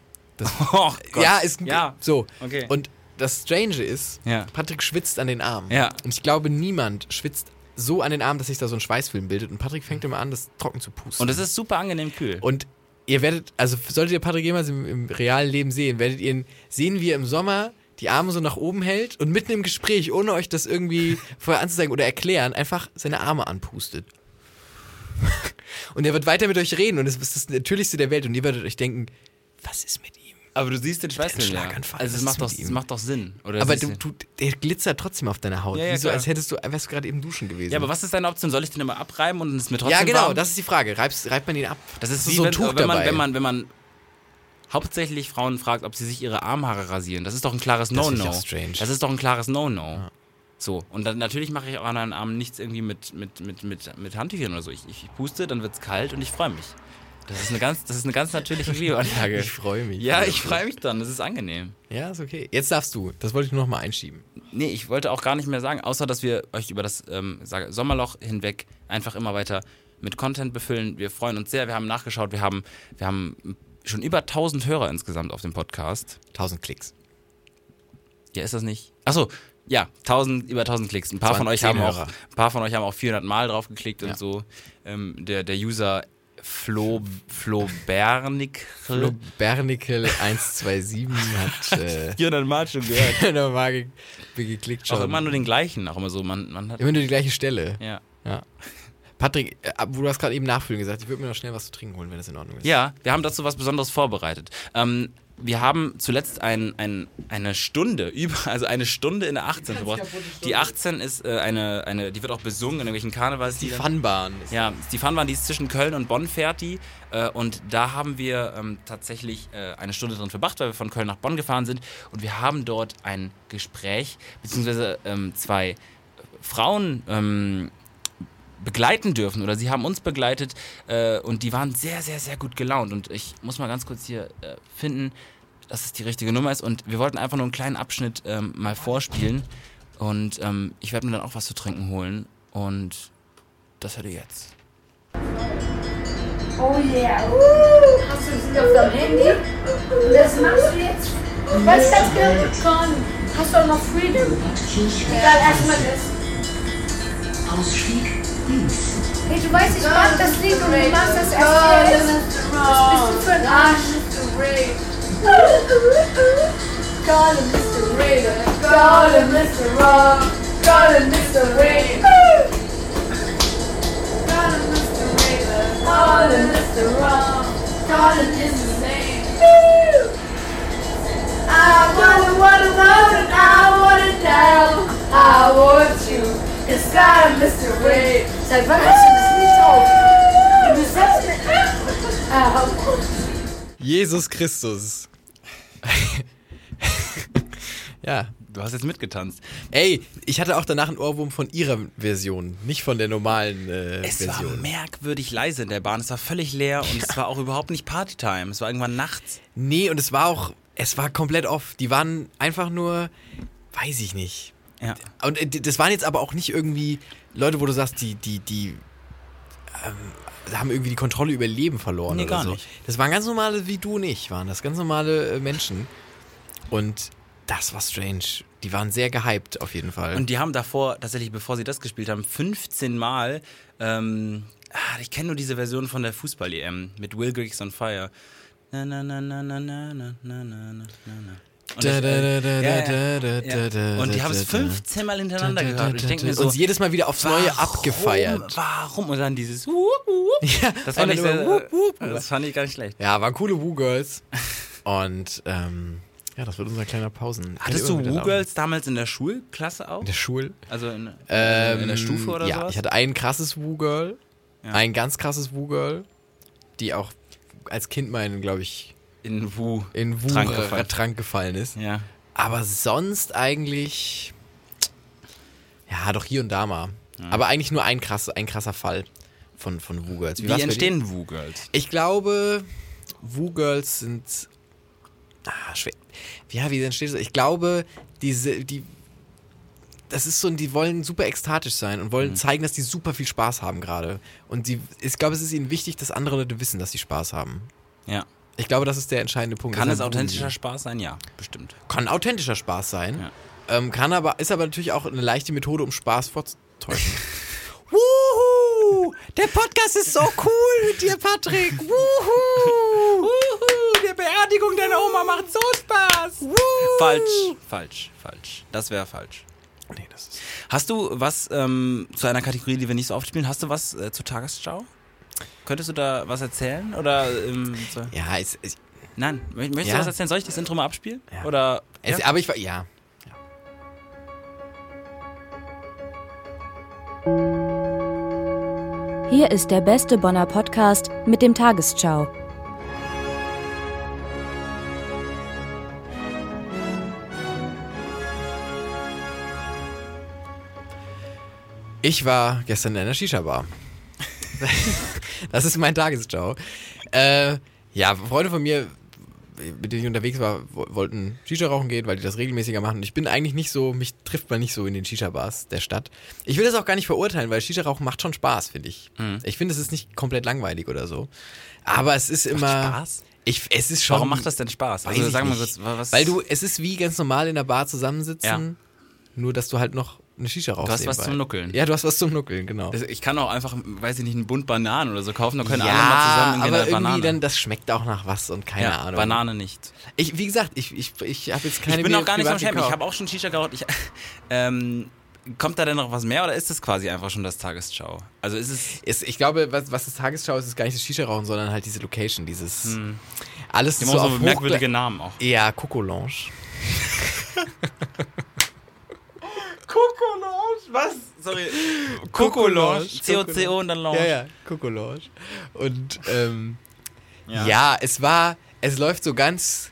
Oh Gott.
Ja, ist ein-
ja.
so.
Okay.
Und das Strange ist,
Ja.
Patrick schwitzt an den Armen.
Ja.
Und ich glaube, niemand schwitzt so an den Armen, dass sich da so ein Schweißfilm bildet. Und Patrick fängt immer an, das trocken zu pusten.
Und es ist super angenehm kühl.
Und ihr werdet, also solltet ihr Patrick jemals im, im realen Leben sehen, werdet ihr ihn sehen, wie er im Sommer die Arme so nach oben hält und mitten im Gespräch, ohne euch das irgendwie vorher anzuzeigen oder erklären, einfach seine Arme anpustet. Und er wird weiter mit euch reden und es ist das Natürlichste der Welt und ihr werdet euch denken, was ist mit ihm?
aber du siehst den Schweißfilm. Ja.
Schlaganfall,
Also
was
es
ist
macht doch,
mit ihm?
es macht doch Sinn. Oder
Aber
siehst
du, du, der glitzert trotzdem auf deiner Haut.
Ja, ja,
wie so,
klar.
als hättest du, wärst du gerade eben duschen gewesen.
Ja, aber was ist deine Option? Soll ich den immer abreiben und es mir trotzdem
ja genau,
warm?
das ist die Frage. Reibst, reibt man ihn ab?
das ist
Das ist
wie
so ein
wenn,
Tuch
wenn man,
dabei.
wenn man, wenn man hauptsächlich Frauen fragt, ob sie sich ihre Armhaare rasieren. Das ist doch ein klares
Das finde ich
No-No.
auch strange.
Das ist doch ein klares No-No. So, und dann natürlich mache ich auch an den Armen nichts irgendwie mit, mit, mit, mit, mit Handtüchern oder so. Ich, ich puste, dann wird's kalt und ich freue mich. Das ist eine ganz, das ist eine ganz natürliche Klimaanlage.
Ich freue mich.
Ja, ich freue mich dann. Das ist angenehm.
Ja, ist okay. Jetzt darfst du. Das wollte ich nur noch mal einschieben.
Nee, ich wollte auch gar nicht mehr sagen, außer dass wir euch über das ähm, sage, Sommerloch hinweg einfach immer weiter mit Content befüllen. Wir freuen uns sehr. Wir haben nachgeschaut. Wir haben, wir haben schon über 1000 Hörer insgesamt auf dem Podcast.
1000 Klicks.
Ja, ist das nicht? Achso, ja, 1000, über 1000 Klicks. Ein paar, von euch,
10
haben auch,
Hörer.
ein paar von euch haben auch 400 Mal drauf geklickt
Ja.
und so. Ähm, der, der User Flo, Flo Bernick.
Flo Bernickel 127 hat äh,
400 Mal schon gehört.
nochmal ge geklickt schon.
Auch immer nur den gleichen. Auch immer so. Man, man hat.
Immer nur die gleiche Stelle.
Ja.
Ja. Patrick, äh, wo du hast gerade eben nachfüllen gesagt, ich würde mir noch schnell was zu trinken holen, wenn das in Ordnung ist.
Ja, wir haben dazu was Besonderes vorbereitet. Ähm, wir haben zuletzt ein, ein, eine Stunde, über, also eine Stunde in der 18 verbracht. Die 18 ist äh, eine, eine, die wird auch besungen in irgendwelchen
Die
Karnevalsliedern.
Funbahn. Ist
Ja, die Funbahn, die ist zwischen Köln und Bonn fährt die. Äh, und da haben wir ähm, tatsächlich äh, eine Stunde drin verbracht, weil wir von Köln nach Bonn gefahren sind. Und wir haben dort ein Gespräch, beziehungsweise ähm, zwei Frauen ähm, begleiten dürfen oder sie haben uns begleitet äh, und die waren sehr, sehr, sehr gut gelaunt. Und ich muss mal ganz kurz hier äh, finden, dass es die richtige Nummer ist. Und wir wollten einfach nur einen kleinen Abschnitt ähm, mal vorspielen. Und ähm, ich werde mir dann auch was zu trinken holen. Und das hört ihr jetzt.
Oh yeah. Uh, hast du sie auf deinem Handy? Das machst du jetzt. Was ist das getan? Hast du auch noch Freedom? Dann erstmal das.
Ausstieg links.
Hey, du weißt, ich mag das Lied und du machst Oh, das Ah, erst jetzt. Was bist du für ein Arsch? Golden Mr. Ray. Golden Mr. Rock. Golden Mr. Ray. Golden Mr. Ray. Golden Mr. Rock. Golden is his name. I wanna, wanna, wanna, I wanna know. I want you. It's got a mystery. Seit wann hast du das nicht auf? Du sagst mir. Ah,
Jesus Christus. ja,
Du hast jetzt mitgetanzt.
Ey, ich hatte auch danach einen Ohrwurm von ihrer Version, nicht von der normalen äh,
Es war
Version.
merkwürdig leise in der Bahn. Es war völlig leer und es war auch überhaupt nicht Partytime. Es war irgendwann nachts.
Nee, und es war auch, es war komplett off. Die waren einfach nur, weiß ich nicht.
Ja.
Und äh, d- das waren jetzt aber auch nicht irgendwie Leute, wo du sagst, die, die, die ähm, haben irgendwie die Kontrolle über ihr Leben verloren
Nee,
oder
gar
so.
nicht.
Das waren ganz normale, wie du und ich waren das, ganz normale äh, Menschen. Und das war strange. Die waren sehr gehypt auf jeden Fall.
Und die haben davor, tatsächlich bevor sie das gespielt haben, 15 Mal, ähm, ah, ich kenne nur diese Version von der Fußball-EM mit Will Griggs on Fire. Na, na, na, na, na, na, na, na, na, na, na. Und ich,
Da, da,
äh,
da, da,
ja,
da,
ja,
da, da,
ja. Und die
da,
haben es
da, da.
15 Mal hintereinander
Da, da,
gehört. Und
da,
Ich denke
da,
mir so,
uns jedes Mal wieder aufs Neue abgefeiert.
Warum? Und dann dieses Wuh, Wuh. Das fand,
Einmal
ich
nur
sehr, Also
Wuh, Wuh, Wuh.
das fand ich gar nicht schlecht.
Ja, waren coole Woo-Girls. Und ähm, ja, das wird unser kleiner Pausen.
Hattest du Woo-Girls damals in der Schulklasse auch?
In der Schule?
Also in,
Ähm,
in der Stufe oder
ja,
sowas?
ich hatte ein krasses Woo-Girl,
Ja.
ein ganz krasses Woo-Girl, die auch als Kind meinen, glaube ich,
in Wu.
in Woo
Trank
äh,
gefallen.
Trank gefallen ist.
Ja.
Aber sonst eigentlich, ja, doch hier und da mal. Aber eigentlich nur ein, krass, ein krasser Fall von, von Woo-Girls.
Wie
war's bei dir?
entstehen Woo-Girls?
Ich glaube, Woo-Girls sind. Ah, schwer. Ja, wie entsteht das? Ich glaube, diese, die. Das ist so, die wollen super ekstatisch sein und
Mhm.
wollen zeigen, dass die super viel Spaß haben gerade. Und die, ich glaube, es ist ihnen wichtig, dass andere Leute wissen, dass sie Spaß haben.
Ja.
Ich glaube, das ist der entscheidende Punkt.
Kann es
Deshalb boomen
authentischer Spaß sein? Ja, bestimmt.
die. Kann authentischer Spaß sein. Ähm, kann aber, ist aber natürlich auch eine leichte Methode, um Spaß vorzutäuschen. Wuhu! Der Podcast ist so cool mit dir, Patrick! Wuhu! Wuhu! Die Beerdigung deiner Oma macht so Spaß! Wuhu!
Falsch, falsch, falsch. Das wäre falsch.
Nee, das ist.
Hast du was ähm, zu einer Kategorie, die wir nicht so oft spielen, hast du was äh, zur Tagesschau? Könntest du da was erzählen? Oder ähm, so?
Ja, es, es,
Nein, Mö- möchtest
Ja.
du was erzählen? Soll ich das Intro mal abspielen?
Ja.
Oder
es aber ich war. Ja.
Hier ist der beste Bonner Podcast mit dem Tagesschau.
Ich war gestern in einer Shisha-Bar. das ist mein Tagesschau. Äh, ja, Freunde von mir, mit denen ich unterwegs war, wo- wollten Shisha rauchen gehen, weil die das regelmäßiger machen. Und ich bin eigentlich nicht so, mich trifft man nicht so in den Shisha-Bars der Stadt. Ich will das auch gar nicht verurteilen, weil Shisha rauchen macht schon Spaß, finde ich.
Mhm.
Ich finde, es ist nicht komplett langweilig oder so. Aber es ist immer.
Spaß?
Ich, es ist schon.
warum macht das denn Spaß?
Weiß
Also
ich
sag mal
nicht.
kurz, wa- was.
Weil du, es ist wie ganz normal in der Bar
Ja.
zusammensitzen, nur dass du halt noch eine Shisha rauchst.
hast was
nebenbei.
zum Nuckeln.
Ja, du hast was zum Nuckeln, genau.
Das- Also Ich kann auch einfach, weiß ich nicht, einen Bund Bananen oder so kaufen, da können alle mal
ja,
zusammen in
aber
der
irgendwie
Banane.
dann, das schmeckt auch nach was und keine
ja,
Ahnung.
Banane nicht.
Ich, wie gesagt, ich, ich, ich habe jetzt keine
ich bin
mir
auch gar nicht so
privat
am Schämen. Ich
gekauft.
habe auch schon Shisha geraucht. Ich, ähm, kommt da denn noch was mehr oder ist das quasi einfach schon das Tagesschau? Also ist es.
Es- ich glaube, was, was das Tagesschau ist, ist gar nicht das Shisha-Rauchen, sondern halt diese Location, dieses. Alles
Hm. Die
so
haben auch
auf
so
Hochgla-
merkwürdige Namen auch.
Ja, Coco-Lounge.
Kokolange? Was? Sorry. Kokolange. COCO und dann Lounge.
Ja, ja, Coco-Lounge. Und, ähm,
Ja.
ja. es war, es läuft so ganz.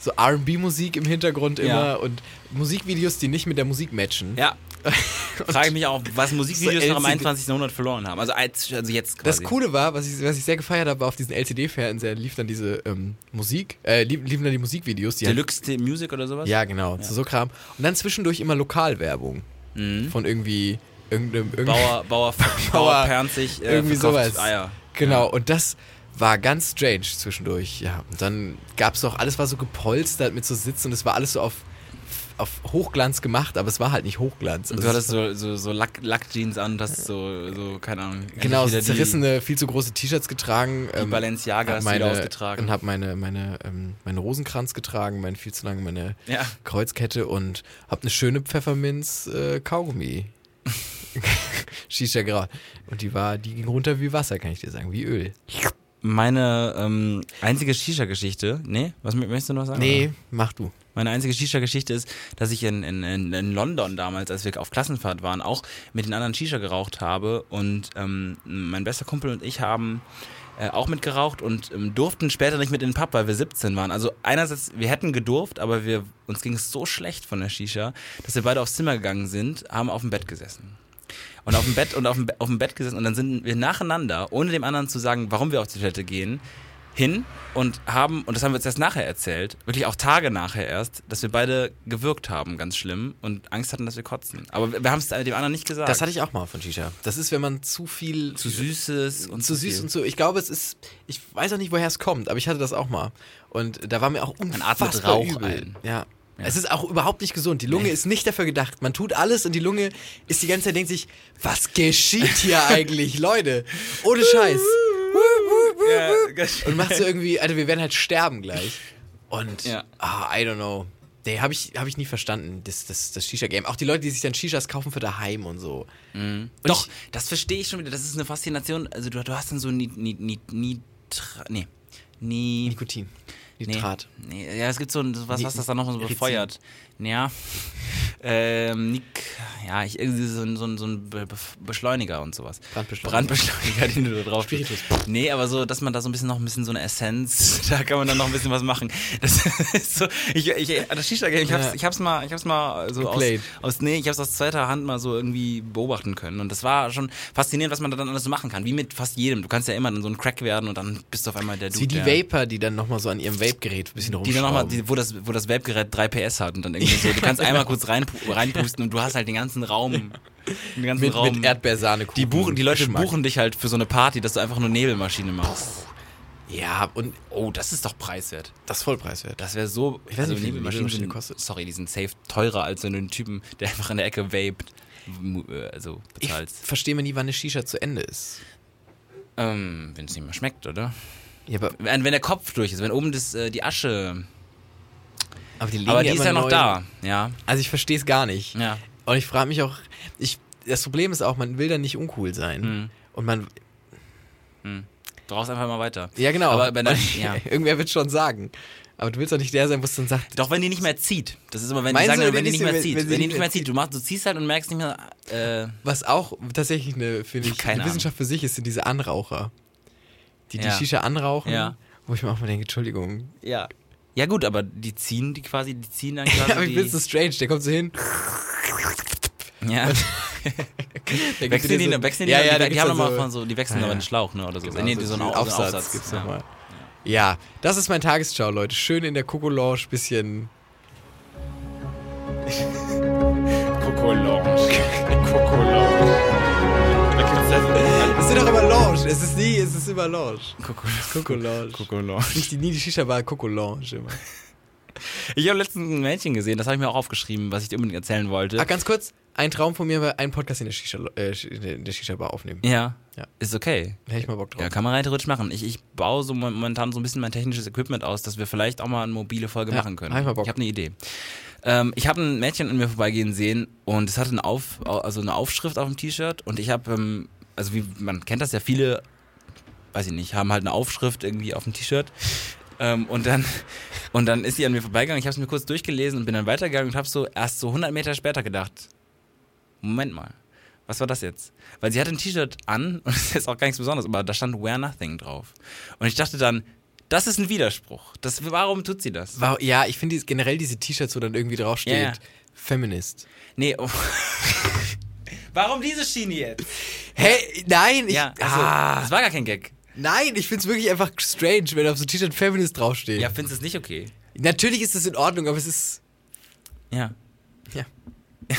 So RB-Musik im Hintergrund immer
Ja.
und Musikvideos, die nicht mit der Musik matchen.
Ja. Frage ich mich auch, was Musikvideos
So
noch im
LCD.
21. Jahrhundert verloren haben. Also, als, also jetzt quasi.
Das Coole war, was ich, was ich sehr gefeiert habe, war auf diesen LCD-Fernsehern lief dann diese ähm, Musik, äh, lief, liefen dann die Musikvideos, die halt,
Deluxe Music oder sowas?
Ja, genau, zu so Kram. Und dann zwischendurch immer Lokalwerbung. Von irgendwie irgendeinem. irgendeinem
Mhm. Bauer, Bauer, Bauer Pernzig. Äh,
irgendwie
verkauft
sowas.
Eier.
Genau, und das war ganz strange zwischendurch. Ja, und dann gab es auch, alles war so gepolstert mit so Sitzen und es war alles so auf, auf Hochglanz gemacht, aber es war halt nicht Hochglanz.
Und
Also
du
es
hattest so, so, so Lack, Lackjeans an und hast so, so, keine Ahnung.
Genau,
endlich wieder die-
zerrissene, viel zu große T-Shirts getragen. Die
Balenciaga hast du wieder ausgetragen.
Und habe meine, meine, ähm, meine Rosenkranz getragen, meine viel zu lange, meine
Ja.
Kreuzkette und habe eine schöne äh, Pfefferminz-Kaugummi. Shisha geraucht. Und die war, die ging runter wie Wasser, kann ich dir sagen, wie Öl.
meine ähm, einzige Shisha-Geschichte, nee, was mö- möchtest du noch sagen?
Nee, mach du.
Meine einzige Shisha-Geschichte ist, dass ich in, in, in, in London damals, als wir auf Klassenfahrt waren, auch mit den anderen Shisha geraucht habe. Und ähm, mein bester Kumpel und ich haben äh, auch mitgeraucht und ähm, durften später nicht mit in den Pub, weil wir 17 waren. Also einerseits, wir hätten gedurft, aber wir, uns ging es so schlecht von der Shisha, dass wir beide aufs Zimmer gegangen sind, haben auf dem Bett gesessen. Und auf dem Bett und auf dem, Be- auf dem Bett gesessen und dann sind wir nacheinander, ohne dem anderen zu sagen, warum wir auf die Toilette gehen, hin und haben, und das haben wir uns erst nachher erzählt, wirklich auch Tage nachher erst, dass wir beide gewirkt haben, ganz schlimm, und Angst hatten, dass wir kotzen. Aber wir, wir haben es dem anderen nicht gesagt.
Das hatte ich auch mal von Shisha. Das ist, wenn man zu viel.
zu süßes und
zu süß
viel.
und so. Ich glaube, es ist. Ich weiß auch nicht, woher es kommt, aber ich hatte das auch mal. Und da war mir auch
atmet
unfassbar
Rauch
übel.
ein.
Ja. Es ist auch überhaupt nicht gesund. Die Lunge ist nicht dafür gedacht. Man tut alles und die Lunge ist die ganze Zeit, denkt sich, was geschieht hier eigentlich, Leute? Ohne Scheiß.
Ja, ganz
Und macht so irgendwie, Alter, wir werden halt sterben gleich. Und,
Ja.
ah, I don't know. Nee, habe ich, hab ich nie verstanden, das, das, das Shisha-Game. Auch die Leute, die sich dann Shishas kaufen für daheim und so. Und
Mhm. Doch, das verstehe ich schon wieder. Das ist eine Faszination. Also du, du hast dann so ni, ni, ni, Nitra, nee, ni,
Nikotin.
nee,
Nitrat.
Nee, ja, es gibt so ein, was,
Ni-
was das dann noch so
Rizin.
befeuert. Ja, ähm, Nik, ja, ich, irgendwie so, ein- so, ein- so ein Be- Be- Beschleuniger und sowas.
Brandbeschleuniger.
Brandbeschleuniger, den du da drauf
Spiritus.
Nee, aber so, dass man da so ein bisschen noch ein bisschen so eine Essenz, da kann man dann noch ein bisschen was machen. Das ist so, ich, ich, das Shisha-Game, ich, hab's,
Ja.
ich hab's mal, ich hab's mal so aus,
Geplayed.
aus, nee, ich hab's aus zweiter Hand mal so irgendwie beobachten können. Und das war schon faszinierend, was man da dann alles so machen kann. Wie mit fast jedem. Du kannst ja immer dann so ein Crack werden und dann bist du auf einmal der
Das
Dude,
ist wie die
der,
Vapor, die dann nochmal so an ihrem Vape-Gerät ein bisschen
die dann
rumschrauben.
nochmal, die, wo das, wo das Webgerät 3 PS hat und dann irgendwie so, du kannst einmal kurz rein, reinpusten und du hast halt den ganzen Raum, den ganzen
mit,
Raum.
mit Erdbeersahne
die buchen, die Leute buchen dich halt für so eine Party, dass du einfach nur Nebelmaschine machst.
Ja, und
Oh, das ist doch preiswert.
das ist voll preiswert.
Das wäre so. Ich
weiß nicht, wie viel Also Nebelmaschine
sind,
kostet.
Sorry, die sind safe teurer als wenn du einen Typen, der einfach in der Ecke vaped, mu- äh, also
Ich
bezahlst.
verstehe mir nie, wann eine Shisha zu Ende ist.
Ähm, wenn es nicht mehr schmeckt, oder?
Ja, aber,
Wenn, wenn der Kopf durch ist, wenn oben das, äh, die Asche.
aber die, legen
Aber die ist
immer
ja noch
neuen-
da. Ja.
Also ich verstehe es gar nicht.
Ja.
Und ich frage mich auch, ich, das Problem ist auch, man will dann nicht uncool sein.
Hm.
Und man,
Du rauchst einfach mal weiter.
ja genau,
Aber bei neuen- ja.
irgendwer wird schon sagen. Aber du willst doch nicht der sein, wo es dann sagt,
Doch wenn die nicht mehr zieht. Das ist immer, wenn die
Meinst
sagen,
du,
wenn,
wenn
die
die
nicht
sie-
mehr
wenn-
zieht.
wenn
Wenn
sie
die
nicht
nicht
mehr
mehr zieht, du, machst, du ziehst halt und merkst nicht mehr. Äh,
Was auch tatsächlich eine, finde ich,
Keine
eine
Ahnung.
Wissenschaft für sich ist, sind diese Anraucher. Die
Ja.
die Shisha anrauchen,
Ja.
wo ich mir auch mal denke, Entschuldigung.
ja. Ja, gut, aber die ziehen die quasi, die ziehen dann quasi.
aber
also
ich
die,
bin so strange, der kommt so hin.
ja.
der gibt dir
Wechseln die,
so-
dann wechseln die,
ja,
dann-
ja,
die,
da
die,
gibt's
haben
dann
nochmal
so-
von so, die wechseln
Ja,
aber
ja.
einen Schlauch, ne, oder so.
Genau,
nee, so, so einen
einen
Aufsatz.
Aufsatz, gibt's
ja.
nochmal. Ja. das ist mein Tagesschau, Leute. Schön in der Coco Lounge bisschen.
Coco Lounge. Coco Lounge. Da gibt's ja
Es sind doch immer Lounge. Es ist nie, es ist immer Lounge.
so
Coco Lounge.
Coco Lounge.
Nicht die, nie die Shisha Bar, Coco Lounge immer.
Ich habe letztens ein Mädchen gesehen, das habe ich mir auch aufgeschrieben, was ich dir unbedingt erzählen wollte.
Ach, ganz kurz. Ein Traum von mir war, einen Podcast in der Shisha, äh, in der Shisha Bar aufnehmen.
ja.
Ja.
Ist okay.
Da hätte ich mal Bock drauf.
Ja, kann man rein theoretisch machen. Ich, ich baue so mo- momentan so ein bisschen mein technisches Equipment aus, dass wir vielleicht auch mal eine mobile Folge
Ja,
machen können.
hab ich mal Bock.
ich habe eine Idee. Ähm, ich habe ein Mädchen an mir vorbeigehen sehen und es hatte eine, auf, also eine Aufschrift auf dem T-Shirt und ich habe, ähm, also wie man kennt das ja, viele, weiß ich nicht, haben halt eine Aufschrift irgendwie auf dem T-Shirt. Ähm, und dann und dann ist sie an mir vorbeigegangen. Ich habe es mir kurz durchgelesen und bin dann weitergegangen und habe so erst so 100 Meter später gedacht, Moment mal, was war das jetzt? Weil sie hatte ein T-Shirt an und es ist auch gar nichts Besonderes, aber da stand Wear Nothing drauf. Und ich dachte dann, das ist ein Widerspruch. Das, warum tut sie das?
Wow, ja, ich finde dies- generell diese T-Shirts, wo dann irgendwie draufsteht,
Ja, ja.
Feminist.
Nee, oh. warum diese Schiene jetzt?
Hey, nein, ich,
Ja, also,
ah,
das war gar kein Gag.
nein, ich finde es wirklich einfach strange, wenn auf so einem T-Shirt Feminist draufsteht.
Ja, findest du es nicht okay?
Natürlich ist es in Ordnung, aber es ist,
Ja.
ja,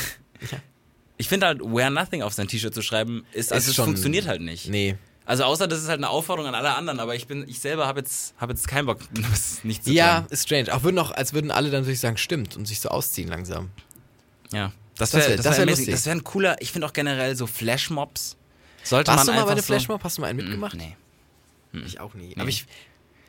Ich finde halt, Wear Nothing auf sein T-Shirt zu schreiben, ist, also
ist
es
schon-
funktioniert halt nicht.
nee.
Also außer das ist halt eine Aufforderung an alle anderen, aber ich bin, ich selber habe jetzt, habe jetzt keinen Bock, das nicht zu
Ja,
tun.
ist strange. Auch würden auch, als würden alle dann natürlich sagen, stimmt und sich so ausziehen langsam.
Ja. Das
Das
wäre,
wär-
das
das
wäre
wär
amazing.
lustig.
das wäre ein cooler. Ich finde auch generell so Flashmobs. Sollte
Warst du
man
mal
einfach
bei einem
so- Mm, Hm,
Flashmob? Hast du mal einen mitgemacht?
Nee.
Ich auch nie.
Nee.
Aber ich,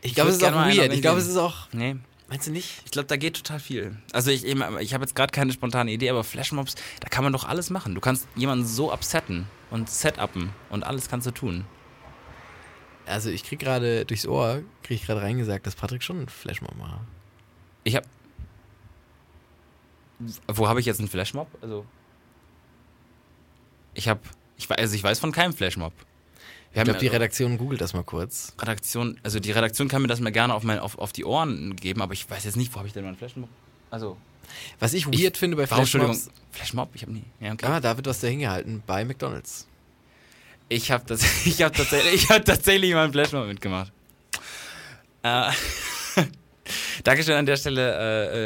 ich glaube,
würd
es ist
gerne mal
auch
einen
weird. Ich glaube, es
organisieren.
ist auch,
Nee.
meinst du nicht?
Ich glaube, da geht total viel. Also ich, ich habe jetzt gerade keine spontane Idee, aber Flashmobs, da kann man doch alles machen. Du kannst jemanden so upsetten und setupen und alles kannst du tun.
also ich krieg gerade durchs Ohr, krieg ich gerade reingesagt, dass Patrick schon einen Flashmob war.
Ich hab. Wo habe ich jetzt einen Flashmob? Also. Ich hab. Ich, wei- also ich weiß von keinem Flashmob. Wir
Ich glaube, die
also
Redaktion googelt das mal kurz.
Redaktion, also die Redaktion kann mir das mal gerne auf, mein, auf, auf die Ohren geben, aber ich weiß jetzt nicht, wo habe ich denn meinen Flashmob? Also,
Was ich weird finde bei
warum, Entschuldigung,
Flashmobs,
Flashmob? Ich habe nie. Ja, okay.
ah, da wird was dahingehalten bei McDonalds.
Ich habe das, ich habe tatsächlich, ich habe tatsächlich meinen Flashmob mitgemacht. Äh, Dankeschön an der Stelle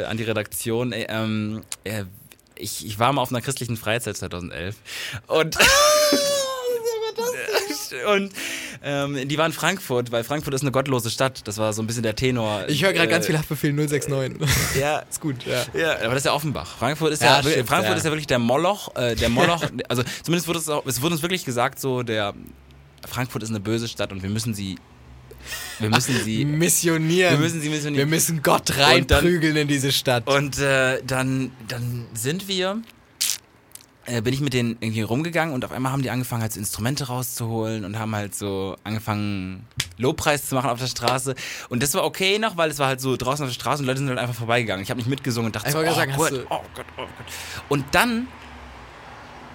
äh, äh, an die Redaktion. Äh, ähm, äh, ich, ich war mal auf einer christlichen Freizeit 2011 und
Ah,
und ähm, die war in Frankfurt, weil Frankfurt ist eine gottlose Stadt. Das war so ein bisschen der Tenor.
Ich höre gerade
Äh,
ganz viel Haftbefehl 069.
Ja,
ist gut, ja.
ja, aber das ist ja Offenbach. Frankfurt ist
Ja,
ja, wirklich-
stimmt,
Frankfurt
ja.
ist ja wirklich der Moloch, äh, der Moloch. also zumindest wurde es auch, es wurde uns wirklich gesagt, so der Frankfurt ist eine böse Stadt und wir müssen sie, wir müssen sie,
Missionieren.
wir müssen sie missionieren.
Wir müssen Gott
Und dann-
reinprügeln in diese Stadt.
Und äh, dann, dann sind wir, äh, bin ich mit denen irgendwie rumgegangen und auf einmal haben die angefangen, halt so Instrumente rauszuholen und haben halt so angefangen, Lobpreis zu machen auf der Straße. Und das war okay noch, weil es war halt so draußen auf der Straße und Leute sind halt einfach vorbeigegangen. Ich habe nicht mitgesungen und dachte
Ich
so,
wollte
oh,
gerade sagen, hast
Gott,
du-
oh Gott, oh Gott. Und dann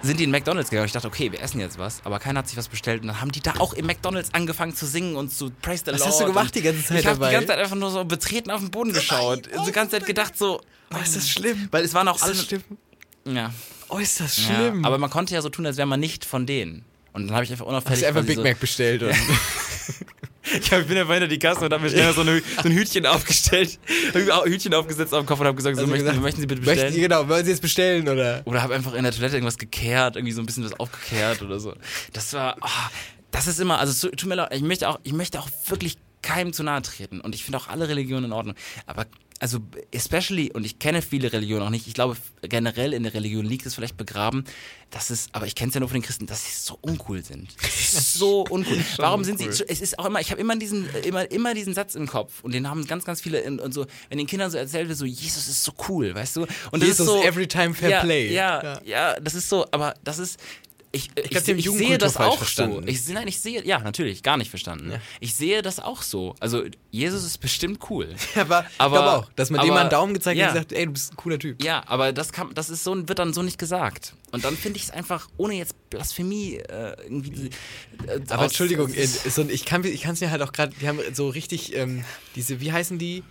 sind die in McDonalds gegangen. Ich dachte, okay, wir essen jetzt was, aber keiner hat sich was bestellt. Und dann haben die da auch im McDonalds angefangen zu singen und zu Praise the
Was
Lord.
hast du gemacht
und
die ganze Zeit
Ich habe
dabei?
die ganze Zeit einfach nur so betreten auf den Boden geschaut.
oh
die ganze Zeit gedacht so,
oh, ist das schlimm.
weil es waren auch
Ist
alle.
das schlimm?
Ja,
Oh, ist das
ja.
schlimm.
Aber man konnte ja so tun, als wäre man nicht von denen. Und dann habe ich einfach unauffällig.
Hast du einfach
quasi
Big
so,
Mac bestellt?
also
Und
Ich, hab- ich bin einfach hinter die Kasse und habe mir schnell so, eine, so ein Hütchen aufgestellt. Hab mir auch ein Hütchen aufgesetzt auf den Kopf und habe gesagt, so,
Also
möchten,
gesagt,
möchten Sie bitte
Möchten
bestellen?
Sie, genau, wollen Sie jetzt bestellen oder?
oder habe einfach in der Toilette irgendwas gekehrt, irgendwie so ein bisschen was aufgekehrt oder so. Das war. ah, das ist immer. Also, tu- tut mir leid, ich möchte auch, ich möchte auch wirklich keinem zu nahe treten. Und ich finde auch alle Religionen in Ordnung. Aber. Also, especially, und ich kenne viele Religionen auch nicht, ich glaube, generell in der Religion liegt es vielleicht begraben, dass es, aber ich kenne es ja nur von den Christen, dass sie so uncool sind. Das ist so uncool. Warum sind
uncool.
sie, es ist auch immer, ich habe immer diesen, immer, immer diesen Satz im Kopf und den haben ganz, ganz viele in, und so, wenn den Kindern so erzählt wird, so, Jesus ist so cool, weißt du? Und das
Jesus, every time fair
ja,
play.
Ja,
Ja.
ja, das ist so, aber das ist. Ich, ich,
glaub,
se-
die haben
ich sehe
Jugendkultur
das
falsch
auch
verstanden.
so. Ich, se- nein, ich sehe, ja, natürlich, gar nicht verstanden. Ich sehe das auch so. Also, Jesus ist bestimmt cool.
Aber,
Aber-
ich glaube auch, dass man dem
aber-
mal einen Daumen gezeigt hat
ja.
und gesagt, ey, du bist ein cooler Typ.
Ja, aber das kann, das ist so, wird dann so nicht gesagt. Und dann finde ich es einfach, ohne jetzt Blasphemie äh, irgendwie. Äh,
Aber
aus-
Entschuldigung,
es
äh,
ist-
so, ein- ich kann es mir halt auch gerade, die haben so richtig ähm, diese, wie heißen die?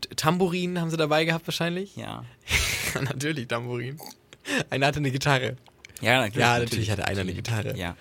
T- Tambourinen haben sie dabei gehabt wahrscheinlich?
ja.
Natürlich, Tambourinen. Einer hatte eine Gitarre.
Ja, natürlich,
Ja, natürlich hatte einer eine Gitarre.
Ja.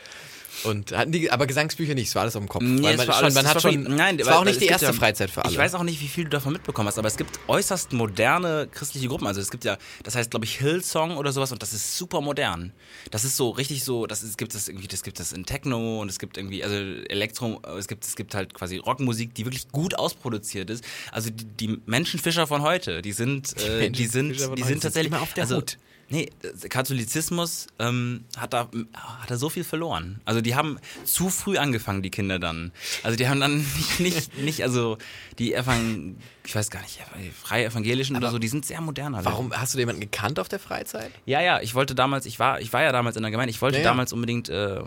Und hatten die, aber Gesangsbücher nicht, Mm, es war alles im Kopf.
Mm, Nee,
Weil
es
man
war
schon-
alles-
man
es
hat
war
schon,
wirklich- nein,
es war
weil-
auch nicht
weil
die
es gibt
erste
ja-
Freizeit für alle.
Ich weiß auch nicht, wie viel du davon mitbekommen hast, aber es gibt äußerst moderne christliche Gruppen. Also es gibt ja, das heißt, glaube ich, Hillsong oder sowas und das ist super modern. Das ist so richtig so, das ist, gibt es irgendwie, das gibt es in Techno und es gibt irgendwie, also Elektro, äh, es gibt, es gibt halt quasi Rockmusik, die wirklich gut ausproduziert ist. Also die, die Menschenfischer von heute, die sind, äh, die sind,
Menschenfischer von
die
heute sind
sind tatsächlich
immer auf der
also,
Hut.
Nee, äh, Katholizismus ähm, hat, da, hat da so viel verloren. Also die haben zu früh angefangen, die Kinder dann. Also die haben dann nicht, nicht, nicht also die Evang ich weiß gar nicht, Ev- freie Evangelischen oder so, die sind sehr modern. alle.
Warum, hast du jemanden gekannt auf der Freizeit?
Ja, ja, ich wollte damals, ich war, ich war ja damals in der Gemeinde, ich wollte
Ja, ja.
damals unbedingt äh,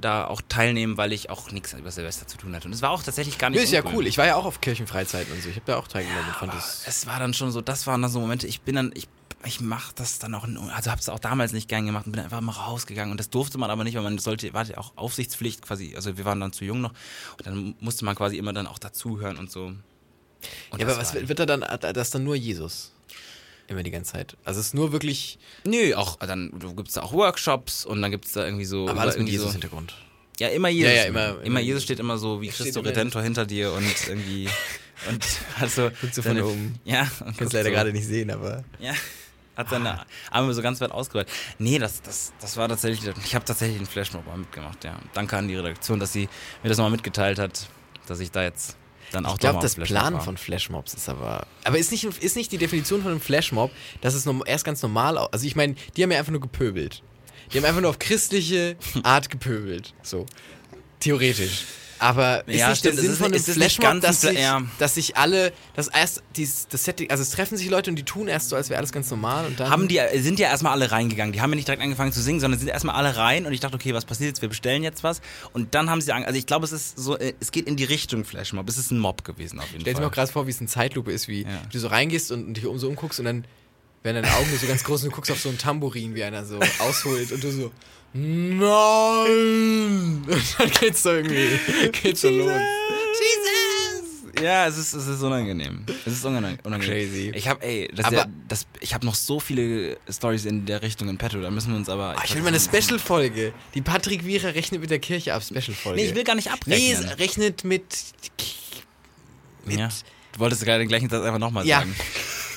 da auch teilnehmen, weil ich auch nichts über Silvester zu tun hatte. Und es war auch tatsächlich gar nicht
Nö, ist ja
uncool.
cool. Ich war ja auch auf Kirchenfreizeiten und so. Ich habe da auch teilgenommen und
Ah,
fand das.
es war dann schon so, das waren dann so Momente, ich bin dann, ich, ich mach das dann auch, also hab's auch damals nicht gern gemacht und bin einfach mal rausgegangen und das durfte man aber nicht, weil man sollte, war ja auch Aufsichtspflicht quasi, also wir waren dann zu jung noch und dann musste man quasi immer dann auch dazuhören und so. Und
Ja,
das
aber was
war-
wird da dann, das ist dann nur Jesus? Immer die ganze Zeit. Also es ist nur wirklich,
Nö, auch, dann gibt's da auch Workshops und dann gibt's da irgendwie so.
aber alles mit
Oh, irgendwie so-
Jesus-Hintergrund.
Ja, immer Jesus.
Ja, ja, immer-
immer,
immer
Jesus
Jesus.
steht immer so wie Christo
immer-
Redentor hinter dir und irgendwie. Und also.
Guckst du von oben.
Ja, und
Kannst
guckst
leider
so.
gerade nicht sehen, aber.
Ja. Hat seine
Ah.
Arme so ganz weit ausgeweitet. Nee, das, das, das war tatsächlich. Ich habe tatsächlich einen Flashmob mal mitgemacht, ja. Danke an die Redaktion, dass sie mir das mal mitgeteilt hat, dass ich da jetzt dann auch
Ich glaube,
mal
das
am Flashmob
Planen
war.
von Flashmobs ist aber. Aber ist nicht, ist nicht die Definition von einem Flashmob, dass es norm- erst ganz normal au- Also ich meine, die haben ja einfach nur gepöbelt. Die haben einfach nur auf christliche Art gepöbelt. So. Theoretisch. Aber ist
Ja,
nicht
stimmt,
der
es
Sinn
ist
von
nicht-
einem
es ist nicht ganz
Flashmob, dass,
ein Fla-
sich,
ja.
dass sich alle, dass erst dies, das Setting, also es treffen sich Leute und die tun erst so, als wäre alles ganz normal und dann...
haben die, sind ja erstmal alle reingegangen. Die haben ja nicht direkt angefangen zu singen, sondern sind erstmal alle rein und ich dachte, okay, was passiert jetzt? Wir bestellen jetzt was. Und dann haben sie ange Also ich glaube, es ist so, äh, es geht in die Richtung Flashmob. Es ist ein Mob gewesen auf jeden
Stell dir mal
Fall.
gerade vor, wie es in Zeitlupe ist, wie
Ja.
du so reingehst und dich um so umguckst und dann werden deine Augen nur so ganz groß und du guckst auf so ein Tambourin, wie einer so ausholt und du so, nein! Und dann geht's so irgendwie, geht's so los.
Ja, es ist, es ist unangenehm. Es ist unangenehm. unangenehm.
Crazy.
Ich habe, ey, das, ist
Aber-
ja, das, ich habe noch so viele Stories in der Richtung in petto. Da müssen wir uns aber.
Ah, Ich will mal eine Special-Folge. Die Patrick Wierer rechnet mit der Kirche ab, Special-Folge.
Nee, ich will gar nicht abrechnen.
Nee, es rechnet mit. mit
ja. Du wolltest gerade den gleichen Satz einfach nochmal
Ja.
sagen.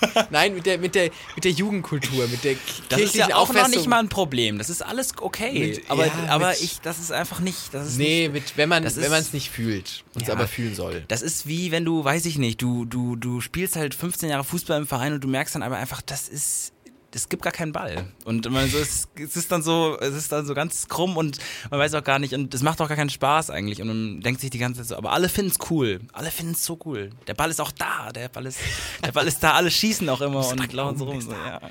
Nein, mit der, mit, der, mit der Jugendkultur, mit der
Das ist
kirchlichen
ja auch noch
Auffassung.
nicht mal ein Problem. Das ist alles okay.
Mit-
aber
ja,
aber
mit-
ich, das ist einfach nicht. Das ist
Nee, mit, wenn man
Das ist-
es nicht fühlt, uns
Ja.
aber fühlen soll.
Das ist wie wenn du, weiß ich nicht, du, du, du spielst halt 15 Jahre Fußball im Verein und du merkst dann aber einfach, das ist. Es gibt gar keinen Ball. Und man so, es, es ist dann so, es ist dann so ganz krumm und man weiß auch gar nicht, und es macht auch gar keinen Spaß eigentlich. Und man denkt sich die ganze Zeit so, aber alle finden es cool. Alle finden es so cool. Der Ball ist auch da, der Ball ist, der Ball ist da, alle schießen auch immer und laufen so rum. So, ja, ja.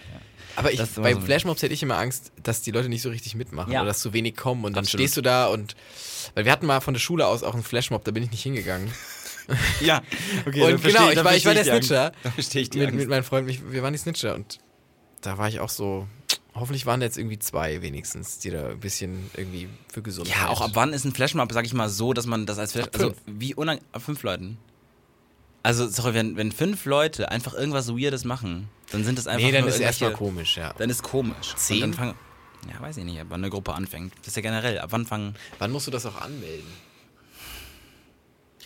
Aber ich,
Das ist immer
bei
so.
Flashmobs hätte ich immer Angst, dass die Leute nicht so richtig mitmachen
Ja.
oder dass zu wenig kommen und dann
Absolut.
stehst du da und. Weil wir hatten mal von der Schule aus auch einen Flashmob, da bin ich nicht hingegangen.
Ja, okay.
und genau, ich war, ich war der Snitcher.
Verstehe ich die
Mit, mit
Angst.
meinem Freund, mich, wir waren die Snitcher und da war ich auch so. Hoffentlich waren da jetzt irgendwie zwei wenigstens, die da ein bisschen irgendwie für Also Gesundheit.
Ja, auch ab wann ist ein Flashmob, sag ich mal, so, dass man das als Flash...
Ab
Also,
fünf.
wie unang... Ab fünf Leuten? Also, sorry, wenn, wenn fünf Leute einfach irgendwas Weirdes machen, dann sind das einfach
Nee, dann
nur
ist
irgendwelche-
erstmal komisch, ja.
Dann ist komisch. Und
Zehn?
Dann fangen, ja, weiß ich nicht, ab wann eine Gruppe anfängt. Das ist ja generell. Ab wann fangen...
Wann musst du das auch anmelden?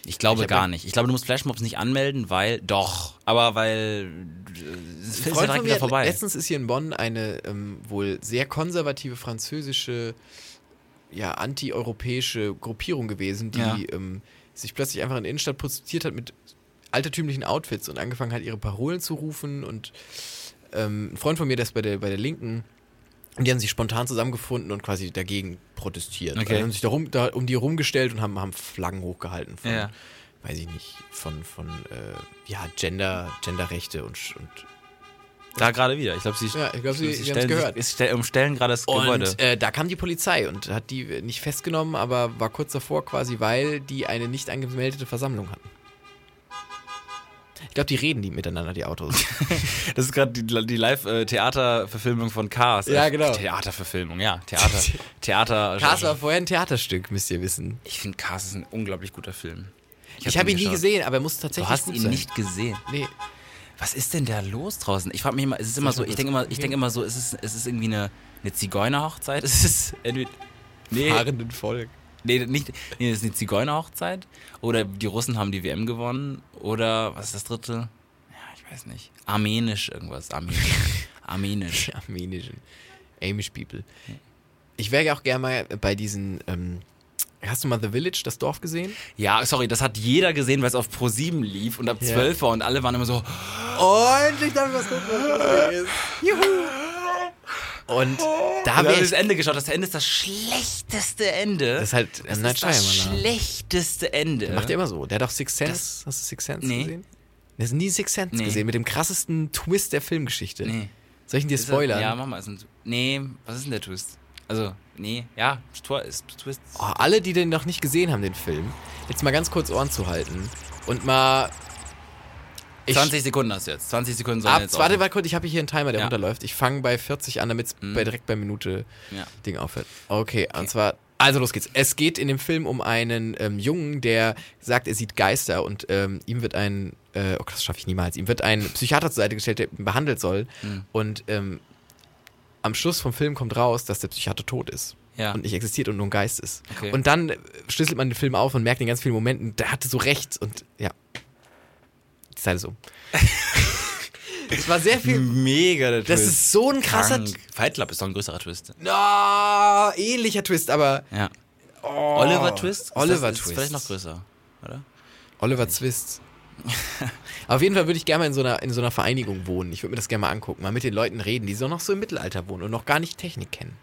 Ich glaube
Ich hab
gar
ja-
nicht. Ich glaube, du musst Flashmobs nicht anmelden, weil... Doch. Aber weil... äh, Es ist ja direkt wieder vorbei.
Letztens ist hier in Bonn eine ähm, wohl sehr konservative französische, ja, antieuropäische Gruppierung gewesen, die
Ja.
ähm, sich plötzlich einfach in der Innenstadt prostituiert hat mit altertümlichen Outfits und angefangen hat, ihre Parolen zu rufen. Und ähm, ein Freund von mir, der ist bei der, bei der Linken. Und die haben sich spontan zusammengefunden und quasi dagegen protestiert.
Okay.
Also haben sich da, rum, da um die rumgestellt und haben, haben Flaggen hochgehalten von,
Ja.
weiß ich nicht, von, von äh, ja, Gender, Genderrechte und, sch- und
Da gerade wieder. Ich glaube, sie,
Ja, ich glaub, sie- sie haben's
stellen,
gehört.
Sich, sie umstellen gerade das Gebäude.
Und äh, da kam die Polizei und hat die nicht festgenommen, aber war kurz davor quasi, weil die eine nicht angemeldete Versammlung hatten. Ich glaube, die reden die miteinander, die Autos.
Das ist gerade die, die Live-Theater-Verfilmung von Cars.
Ja,
Äh,
genau.
Theaterverfilmung, ja. Theater. Theater.
Cars war vorher ein Theaterstück, müsst ihr wissen.
ich finde, Cars ist ein unglaublich guter Film.
Ich, habe ihn nie
geschaut.
gesehen, aber er muss tatsächlich
Du hast
gut
ihn
sein.
nicht gesehen.
Nee.
Was ist denn da los draußen? Ich frage mich immer, es ist immer so, ich denke immer, ich denke immer so, ist es, ist es irgendwie eine, eine Zigeunerhochzeit? Ist es entweder. Nee,
Fahrenden Volk.
nee, nicht, nee, ist es eine Zigeunerhochzeit? Oder die Russen haben die WM gewonnen? Oder was ist das dritte? Ja, ich weiß nicht. Armenisch irgendwas. Armenisch. Armenisch.
Die armenischen. Amish People. Ich wäre auch gerne mal bei diesen. Ähm, hast du mal The Village, das Dorf gesehen?
Ja, sorry, das hat jeder gesehen, weil es auf Pro 7 lief und ab
Ja.
12 war und alle waren immer so,
Und ich dachte, was gut ist. Juhu! Und da
haben wir
habe
das
ich.
Ende geschaut. Das Ende ist das schlechteste Ende.
Das ist halt
das,
M. Night
ist das
Shyamalan.
schlechteste Ende.
Macht er immer so. Der hat auch Six Sense. Hast du Six Sense
Äh, Nee.
gesehen? Der hast nie Six Sense
Nee.
gesehen, mit dem krassesten Twist der Filmgeschichte.
Nee.
Soll ich ihn dir
Ist er-
spoilern?
Ja, mach mal. Ist ein, nee, was ist denn der Twist? Also, nee, ja, Tor ist Twist.
oh, alle, die den noch nicht gesehen haben, den Film, jetzt mal ganz kurz Ohren zu halten und mal. Ich,
20 Sekunden hast du jetzt. 20 Sekunden sollen
ab,
jetzt
warte,
aufhören.
warte kurz, ich habe hier einen Timer, der
Ja. Mhm.
runterläuft. Ich fange bei 40 an, damit es bei, direkt bei Minute
Ja.
Ding aufhört. Okay, und zwar, also los geht's. Es geht in dem Film um einen ähm, Jungen, der sagt, er sieht Geister und ähm, ihm wird ein, äh, oh, das schaffe ich niemals, ihm wird ein Psychiater zur Seite gestellt, der ihn behandelt soll.
Mhm.
Und ähm, am Schluss vom Film kommt raus, dass der Psychiater tot ist.
Ja.
Und nicht existiert und nur ein Geist ist.
Okay.
Und dann äh, schlüsselt man den Film auf und merkt in ganz vielen Momenten, der hatte so recht. Und ja. Die Zeit ist um. Es war sehr viel.
Mega der
Das
Twist.
ist so ein krasser.
Krank. Fight Club ist doch ein größerer Twist.
Na, ähnlicher Twist, aber.
Ja. Oliver Twist? Ist
Oh. Oliver
das,
Twist.
Ist vielleicht noch größer, oder?
Oliver Twist. Auf jeden Fall würde ich gerne mal in so, einer, in so einer Vereinigung wohnen. Ich würde mir das gerne mal angucken, mal mit den Leuten reden, die so noch so im Mittelalter wohnen und noch gar nicht Technik kennen.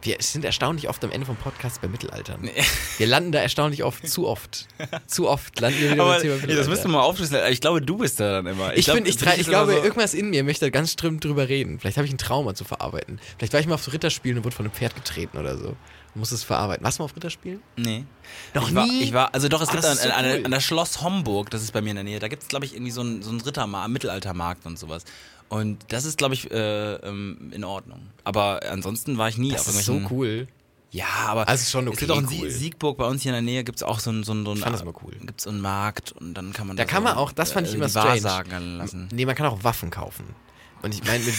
Wir sind erstaunlich oft am Ende vom Podcast bei Mittelaltern. Wir landen da erstaunlich oft, zu oft. Zu oft landen wir wieder
Aber,
beim Thema
ey, das müssen wir mal aufschlüsseln. Ich glaube, du bist da dann immer.
Ich,
glaub,
bin, ich,
für
tra-
dich
ich
ist immer
glaube,
so-
irgendwas in mir möchte ganz schlimm drüber reden. Vielleicht habe ich ein Trauma zu verarbeiten. Vielleicht war ich mal auf so Ritterspielen und wurde von einem Pferd getreten oder so. Und muss es verarbeiten. Warst du mal auf Ritterspielen?
Nee.
Noch
ich war,
nie?
Ich war, also doch, es
Ah,
gibt
das
an,
ist so
an,
cool.
an der Schloss Homburg, das ist bei mir in der Nähe, da gibt es, glaube ich, irgendwie so einen, so einen Rittermarkt, Mittelaltermarkt und sowas. Und das ist, glaube ich, äh, ähm, in Ordnung. Aber ansonsten war ich nie
Das
auf
ist so
irgendwelchen-
cool.
Ja, aber
Also ist schon
es gibt
okay
auch in Sie-
cool.
Siegburg bei uns hier in der Nähe, gibt es auch so einen, so einen, so einen
fand das mal cool.
Gibt's so einen Markt und dann kann man
Da kann
so
man auch, das fand
äh,
ich immer
die
strange.
Wahrsagen lassen.
Nee, man kann auch Waffen kaufen. Und ich meine mit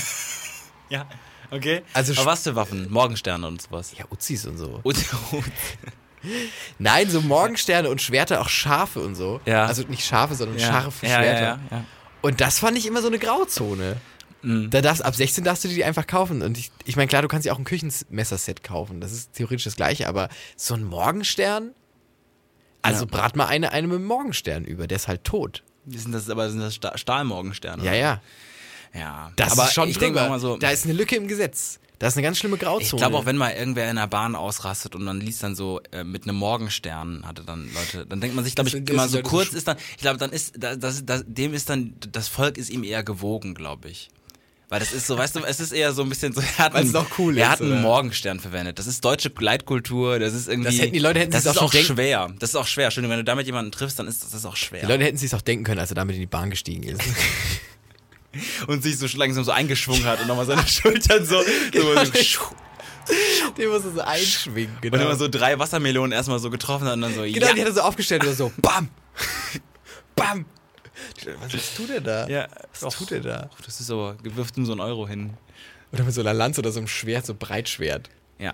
Ja, okay.
Also
Also aber
sch-
was für Waffen? Morgensterne und sowas.
ja, Uzis und so.
Und,
Nein, so Morgensterne und Schwerter, auch Schafe und so.
Ja.
Also nicht Schafe, sondern
ja.
scharfe
ja,
Schwerter.
Ja, ja, ja.
Und das fand ich immer so eine Grauzone.
Mhm.
Da darfst, ab 16 darfst du die einfach kaufen. Und ich, ich meine, klar, du kannst ja auch ein Küchenmesserset kaufen. Das ist theoretisch das Gleiche, aber so ein Morgenstern. Also
Ja.
brat mal eine, eine mit dem Morgenstern über, der ist halt tot.
Sind das aber sind das Sta- Stahlmorgensterne?
Ja,
oder?
ja.
Ja,
Das
Mhm. aber
ist schon
ich denke
drüber.
auch mal so,
da ist eine Lücke im Gesetz. Da ist eine ganz schlimme Grauzone.
ich glaube auch, wenn mal irgendwer in der Bahn ausrastet und man liest dann so äh, mit einem Morgenstern hatte dann Leute, dann denkt man sich, glaube ich,
Das sind- das
immer
sind
so
Leute,
kurz
die-
ist dann, ich glaube, dann ist das, das, das, dem ist dann das Volk ist ihm eher gewogen, glaube ich. Weil das ist so, weißt du, es ist eher so ein bisschen so, er hat,
Weil's
einen,
noch cool
er
ist,
hat einen
oder?
Morgenstern verwendet. Das ist deutsche Leitkultur, das ist irgendwie.
Das hätten die Leute hätten
das
sich's
ist
auch schon
auch
denken-
schwer. Das ist auch schwer. Schön, wenn du damit jemanden triffst, dann ist das, das ist auch schwer.
Die Leute hätten sich auch denken können, als er damit in die Bahn gestiegen ist.
und sich so langsam so eingeschwungen hat und nochmal seine Schultern so,
Genau.
so, so
Den musst du so einschwingen, genau.
Und immer so drei Wassermelonen erstmal so getroffen hat und dann so,
genau,
ja.
die hat er so aufgestellt oder so. Bam! Bam! Was tut er da?
ja.
Was tut er da?
Och, das ist aber, wirft ihm so einen Euro hin.
Oder mit so einer Lanze oder so einem Schwert, so Breitschwert.
Ja.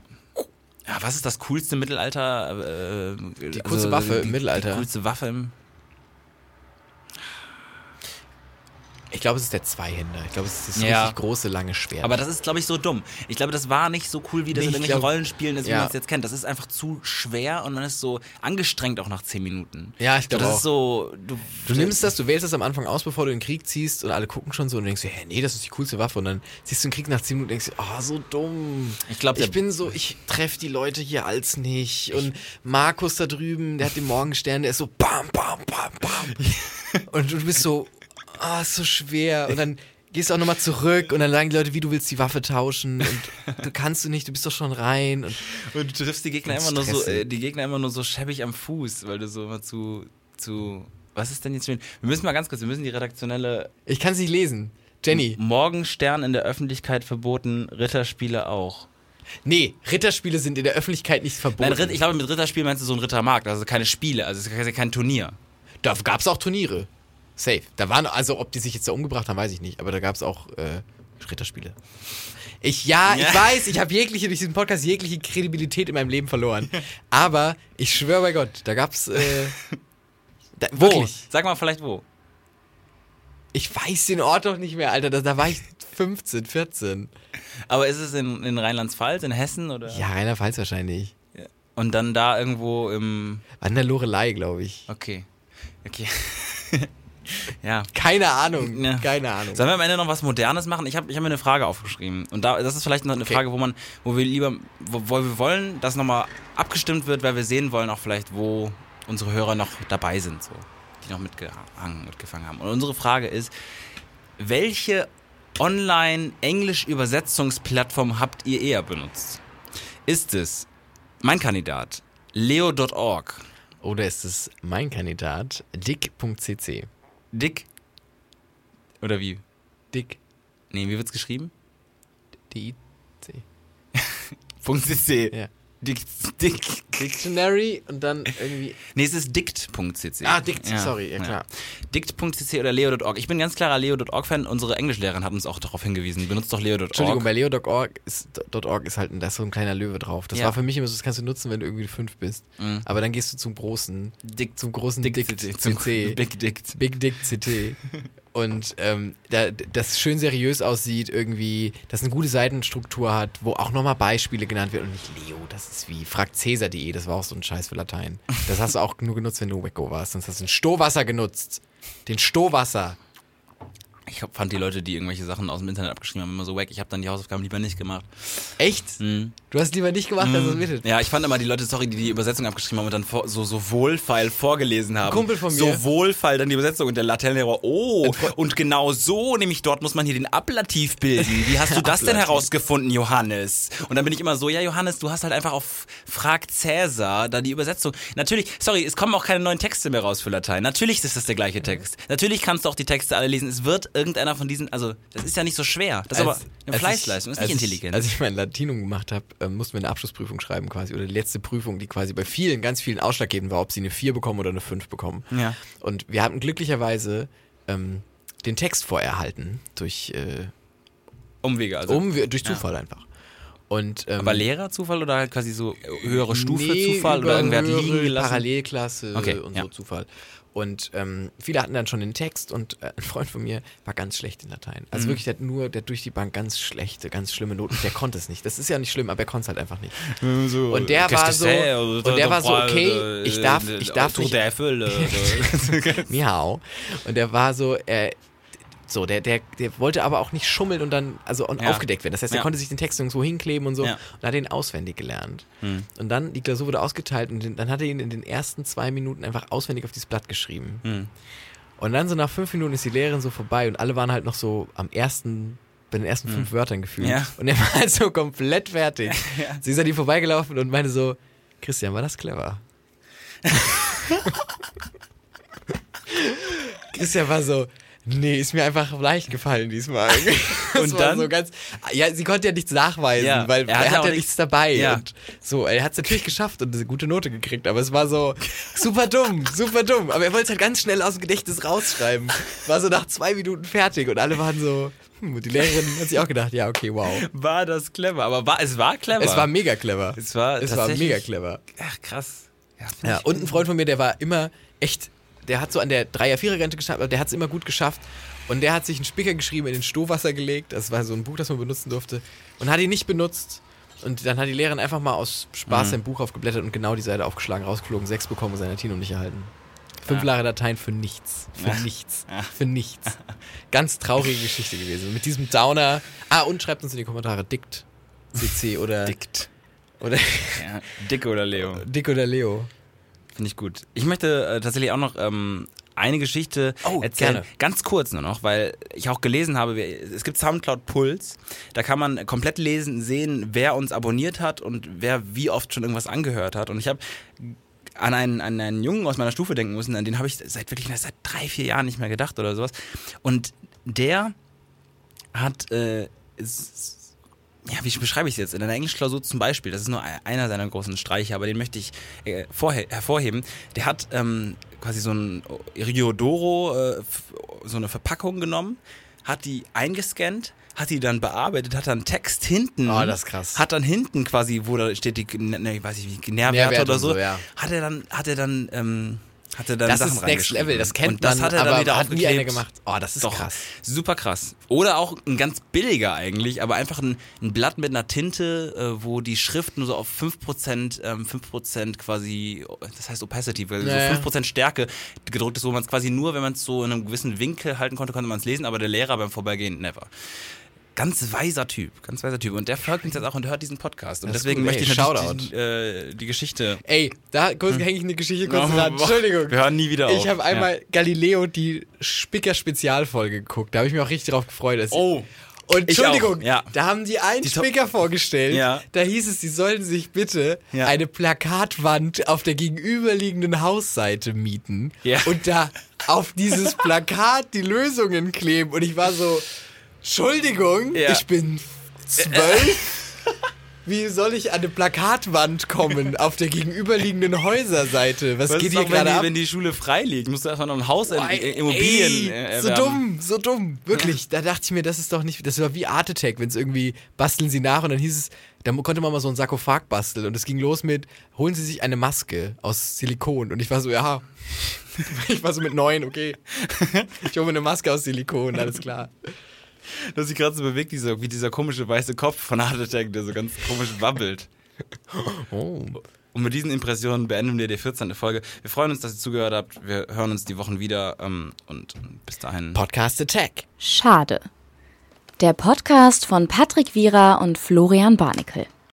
Ja, was ist das coolste Mittelalter? Äh, die
coolste Waffe im Mittelalter.
Die coolste Waffe im.
Ich glaube, es ist der Zweihänder. Ich glaube, es ist das
Ja.
richtig große, lange Schwert.
Aber das ist, glaube ich, so dumm. Ich glaube, das war nicht so cool, wie das
Nee,
in
ich
irgendwelchen
glaub-
Rollenspielen ist, wie
Ja.
man es jetzt kennt. Das ist einfach zu schwer und man ist so angestrengt auch nach zehn Minuten.
Ja, ich
So,
glaub
Das
auch.
ist so. Du,
du nimmst das, du wählst das am Anfang aus, bevor du in den Krieg ziehst und alle gucken schon so und denkst, dir, hä, nee, das ist die coolste Waffe. Und dann siehst du den Krieg nach 10 Minuten und denkst, dir, ah, so dumm.
Ich glaub,
ich
der-
bin so, ich treffe die Leute hier als nicht. Und Markus da drüben, der hat den Morgenstern, der ist so bam, bam, bam, bam. und du bist so, ah, ist so schwer. Und dann gehst du auch nochmal zurück und dann sagen die Leute, wie du willst die Waffe tauschen und du kannst du nicht, du bist doch schon rein. Und
Und du triffst die Gegner
Ganz
immer nur so,
stressig.
äh, die Gegner immer nur so schäbig am Fuß, weil du so immer zu, zu. Was ist denn jetzt schön? Wir müssen mal ganz kurz, wir müssen die redaktionelle
ich kann es nicht lesen. Jenny.
Morgenstern in der Öffentlichkeit verboten, Ritterspiele auch.
Nee, Ritterspiele sind in der Öffentlichkeit nicht verboten.
Nein, Ritt, ich glaube, mit Ritterspiel meinst du so einen Rittermarkt, also keine Spiele, also es ist kein- kein Turnier.
da gab es auch Turniere. Safe. Da waren, also ob die sich jetzt da umgebracht haben, weiß ich nicht, aber da gab es auch äh, Ritterspiele. Ich, ja, ich
Ja.
weiß, ich habe jegliche, durch diesen Podcast jegliche Kredibilität in meinem Leben verloren. Aber ich schwöre bei Gott, da gab's. Äh, da, wirklich.
Oh, Sag mal vielleicht wo.
Ich weiß den Ort doch nicht mehr, Alter. Da, da war ich 15, 14.
Aber ist es in, in Rheinland-Pfalz, in Hessen oder?
Ja, Rheinland-Pfalz wahrscheinlich.
Und dann da irgendwo im.
An der Lorelei, glaube ich.
Okay. Okay. ja.
Keine Ahnung.
Ja.
Keine Ahnung.
Sollen wir am Ende noch was Modernes machen? Ich habe ich hab mir eine Frage aufgeschrieben. Und da, das ist vielleicht noch eine
Okay.
Frage, wo man, wo wir lieber, wo, wo wir wollen, dass nochmal abgestimmt wird, weil wir sehen wollen auch vielleicht, wo unsere Hörer noch dabei sind, so, die noch mitgehangen, mitgefangen haben. Und unsere Frage ist, welche Online-Englisch-Übersetzungsplattform habt ihr eher benutzt? Ist es mein Kandidat, leo.org,
Oder ist es mein Kandidat, dick.cc?
dick oder wie?
Dick.
Nee, wie wird's geschrieben?
Die
Punkt .cc.
Ja.
Dick, dick, dick.
Dictionary und dann irgendwie.
Nee, es ist dict.cc.
Ah, dict, sorry, ja, klar.
Dict.cc oder leo.org. Ich bin ganz klarer leo.org-Fan. Unsere Englischlehrerin hat uns auch darauf hingewiesen. Benutzt doch leo.org.
Entschuldigung, bei leo.org ist, dot .org ist halt ein- da ist so ein kleiner Löwe drauf. Das
Ja.
war für mich immer so, das kannst du nutzen, wenn du irgendwie fünf bist. Aber dann gehst du zum großen,
Dick-
zum großen Mhm. Dick,
dict.cc.
CC. Big,
Big Dict.
Dick CT. und ähm, da, das schön seriös aussieht, irgendwie, das eine gute Seitenstruktur hat, wo auch nochmal Beispiele genannt werden. Und nicht Leo, das ist wie fragcesar.de, E, das war auch so ein Scheiß für Latein. Das hast du auch nur genutzt, wenn du Wecko warst. Sonst hast du ein Stohwasser genutzt. Den Stohwasser.
Ich hab- fand die Leute, die irgendwelche Sachen aus dem Internet abgeschrieben haben, immer so wack. Ich habe dann die Hausaufgaben lieber nicht gemacht.
Echt?
Hm.
Du hast lieber nicht gemacht, dass es mittet.
Ja, ich fand immer die Leute, sorry, die die Übersetzung abgeschrieben haben und dann vor, so, so wohlfeil vorgelesen haben.
Kumpel von mir.
So wohlfeil dann die Übersetzung und der Laternenlehrer, oh, und genau so, nämlich dort muss man hier den Ablativ bilden. Wie hast du das denn herausgefunden, Johannes? Und dann bin ich immer so, ja, Johannes, du hast halt einfach auf Frag Cäsar da die Übersetzung. Natürlich, sorry, es kommen auch keine neuen Texte mehr raus für Latein. Natürlich ist das der gleiche Text. Natürlich kannst du auch die Texte alle lesen. Es wird irgendeiner von diesen, also, das ist ja nicht so schwer. Das ist aber
Als-
eine
als ich-
Fleißleistung, das ist
als
nicht
ich-
intelligent.
Als ich mein Latinum gemacht habe, ähm, mussten wir eine Abschlussprüfung schreiben quasi oder die letzte Prüfung, die quasi bei vielen, ganz vielen ausschlaggebend war, ob sie eine 4 bekommen oder eine 5 bekommen.
Ja.
Und wir hatten glücklicherweise ähm, den Text vorerhalten durch, äh,
Umwege, also.
um, durch Zufall einfach. Und, ähm,
Aber Lehrerzufall oder halt quasi so höhere Stufe
Nee,
Zufall oder
über
irgendwer hat
höhere
liegen gelassen?
Parallelklasse
Okay,
und
ja.
so Zufall. Und ähm, viele hatten dann schon den Text und äh, ein Freund von mir war ganz schlecht in Latein. Also
Mhm.
wirklich, der hat nur, der hat durch die Bank ganz schlechte, ganz schlimme Noten. Der konnte es nicht. Das ist ja nicht schlimm, aber er konnte es halt einfach nicht. und der war so,
also
und der war so,
äh,
okay, ich darf, ich darf nicht
Der Fülle.
Miau. Und der war so, äh, so, der, der, der wollte aber auch nicht schummeln und dann, also und
Ja.
aufgedeckt werden. Das heißt, er
Ja.
konnte sich den Text irgendwo hinkleben und so
Ja. Hm.
und hat ihn auswendig gelernt. Und dann, die Klausur wurde ausgeteilt und den- dann hat er ihn in den ersten zwei Minuten einfach auswendig auf dieses Blatt geschrieben.
Hm.
Und dann so nach fünf Minuten ist die Lehrerin so vorbei und alle waren halt noch so am ersten, bei den ersten fünf Wörtern gefühlt.
Hm. Ja.
Und er war halt so komplett fertig. Sie ist an ihm vorbeigelaufen und meinte so, Christian, war das clever? Christian war so, nee, ist mir einfach leicht gefallen diesmal. Das
Und
war
dann?
so ganz, ja, sie konnte ja nichts nachweisen,
Ja,
weil
er
er,
hatte
hat
auch
ja
nichts-
nichts dabei.
Ja.
Und so, er hat es natürlich geschafft und eine gute Note gekriegt, aber es war so super dumm, super dumm. Aber er wollte es halt ganz schnell aus dem Gedächtnis rausschreiben. War so nach zwei Minuten fertig und alle waren so, hm, und die Lehrerin hat sich auch gedacht, ja, okay, wow.
War das clever? Aber war, es war clever.
Es war mega clever.
Es war
es war
tatsächlich-
mega clever.
Ach, krass.
Ja, und ein Freund von mir, der war immer echt, der hat so an der Dreier-Vierer-Rente geschafft, aber der hat es immer gut geschafft. Und der hat sich einen Spicker geschrieben, in den Stohwasser gelegt. Das war so ein Buch, das man benutzen durfte. Und hat ihn nicht benutzt. Und dann hat die Lehrerin einfach mal aus Spaß sein Buch aufgeblättert und genau die Seite aufgeschlagen, rausgeflogen, sechs bekommen und sein Latinum nicht erhalten. Fünf Jahre Dateien für nichts. Für nichts. Für nichts. Ganz traurige Geschichte gewesen. Mit diesem Downer. Ah, und schreibt uns in die Kommentare Dikt. CC oder. Dikt. Oder
Ja, Dick oder Leo?
Dick oder Leo.
Finde ich gut. Ich möchte äh, tatsächlich auch noch ähm, eine Geschichte
Oh,
erzählen.
gerne.
Ganz kurz nur noch, weil ich auch gelesen habe, wir, es gibt Soundcloud Puls. Da kann man komplett lesen, sehen, wer uns abonniert hat und wer wie oft schon irgendwas angehört hat. Und ich habe an einen, an einen Jungen aus meiner Stufe denken müssen, an den habe ich seit wirklich seit drei, vier Jahren nicht mehr gedacht oder sowas. Und der hat äh, s- ja, wie beschreibe ich es jetzt? In einer Englischklausur zum Beispiel, das ist nur ein- einer seiner großen Streiche, aber den möchte ich äh, vorhe hervorheben. Der hat ähm, quasi so ein Riodoro, äh, f- so eine Verpackung genommen, hat die eingescannt, hat die dann bearbeitet, hat dann Text hinten.
Oh, das ist krass.
Hat dann hinten quasi, wo da steht die, ne, ich weiß nicht, wie, Nährwerte
Nährwerte
oder
und
so,
so, ja.
hat er dann, hat er dann, ähm, hat er dann
das
Sachen
ist Next
reingeschrieben.
Level, das kennt
Und das
man,
hat er dann
aber
wieder
hat nie einer
aufgeklebt.
gemacht. Oh, das ist
Doch,
krass.
super krass. Oder auch ein ganz billiger eigentlich, aber einfach ein, ein Blatt mit einer Tinte, äh, wo die Schrift nur so auf 5%, ähm, 5% quasi, das heißt Opacity, weil
Naja.
so 5% Stärke gedruckt ist, wo man es quasi nur, wenn man es so in einem gewissen Winkel halten konnte, konnte man es lesen, aber der Lehrer beim Vorbeigehen never. Ganz weiser Typ, ganz weiser Typ. Und der folgt uns jetzt auch und hört diesen Podcast. Und
Das ist
deswegen
gut,
möchte
ey,
ich
Shoutout.
natürlich diesen, äh, die Geschichte
Ey, da kurz hänge ich eine Geschichte kurz
Oh,
dran.
boah.
Entschuldigung.
Wir hören nie wieder auf.
Ich habe einmal Galileo die Spicker-Spezialfolge geguckt. Da habe ich mich auch richtig drauf gefreut. Dass
Oh.
Und
Ich auch,
Entschuldigung,
ja.
da haben die einen
Die Top-
Spicker vorgestellt.
Ja.
Da hieß es, sie sollen sich bitte
Ja.
eine Plakatwand auf der gegenüberliegenden Hausseite mieten
Ja.
und da auf dieses Plakat die Lösungen kleben. Und ich war so, Entschuldigung,
Ja.
ich bin zwölf. Wie soll ich an eine Plakatwand kommen auf der gegenüberliegenden Häuserseite? Was,
Was
geht
ist
hier
auch, wenn
gerade
die,
ab?
wenn die Schule frei liegt? Musst du erstmal noch ein Haus, in,
Boah, ey,
Immobilien.
ey,
äh,
so
erwerben.
dumm, so dumm. Wirklich, da dachte ich mir, das ist doch nicht, das war wie Art Attack, wenn es irgendwie basteln sie nach und dann hieß es, da mo- konnte man mal so einen Sarkophag basteln und es ging los mit, holen sie sich eine Maske aus Silikon und ich war so, ja, ich war so mit neun, okay, ich hole mir eine Maske aus Silikon, alles klar.
dass sich gerade so bewegt, dieser, wie dieser komische weiße Kopf von Hard Attack, der so ganz komisch wabbelt.
Oh.
Und mit diesen Impressionen beenden wir die 14. Folge. Wir freuen uns, dass ihr zugehört habt. Wir hören uns die Wochen wieder ähm, und bis dahin.
Podcast Attack.
Schade. Der Podcast von Patrick Wierer und Florian Barnikel.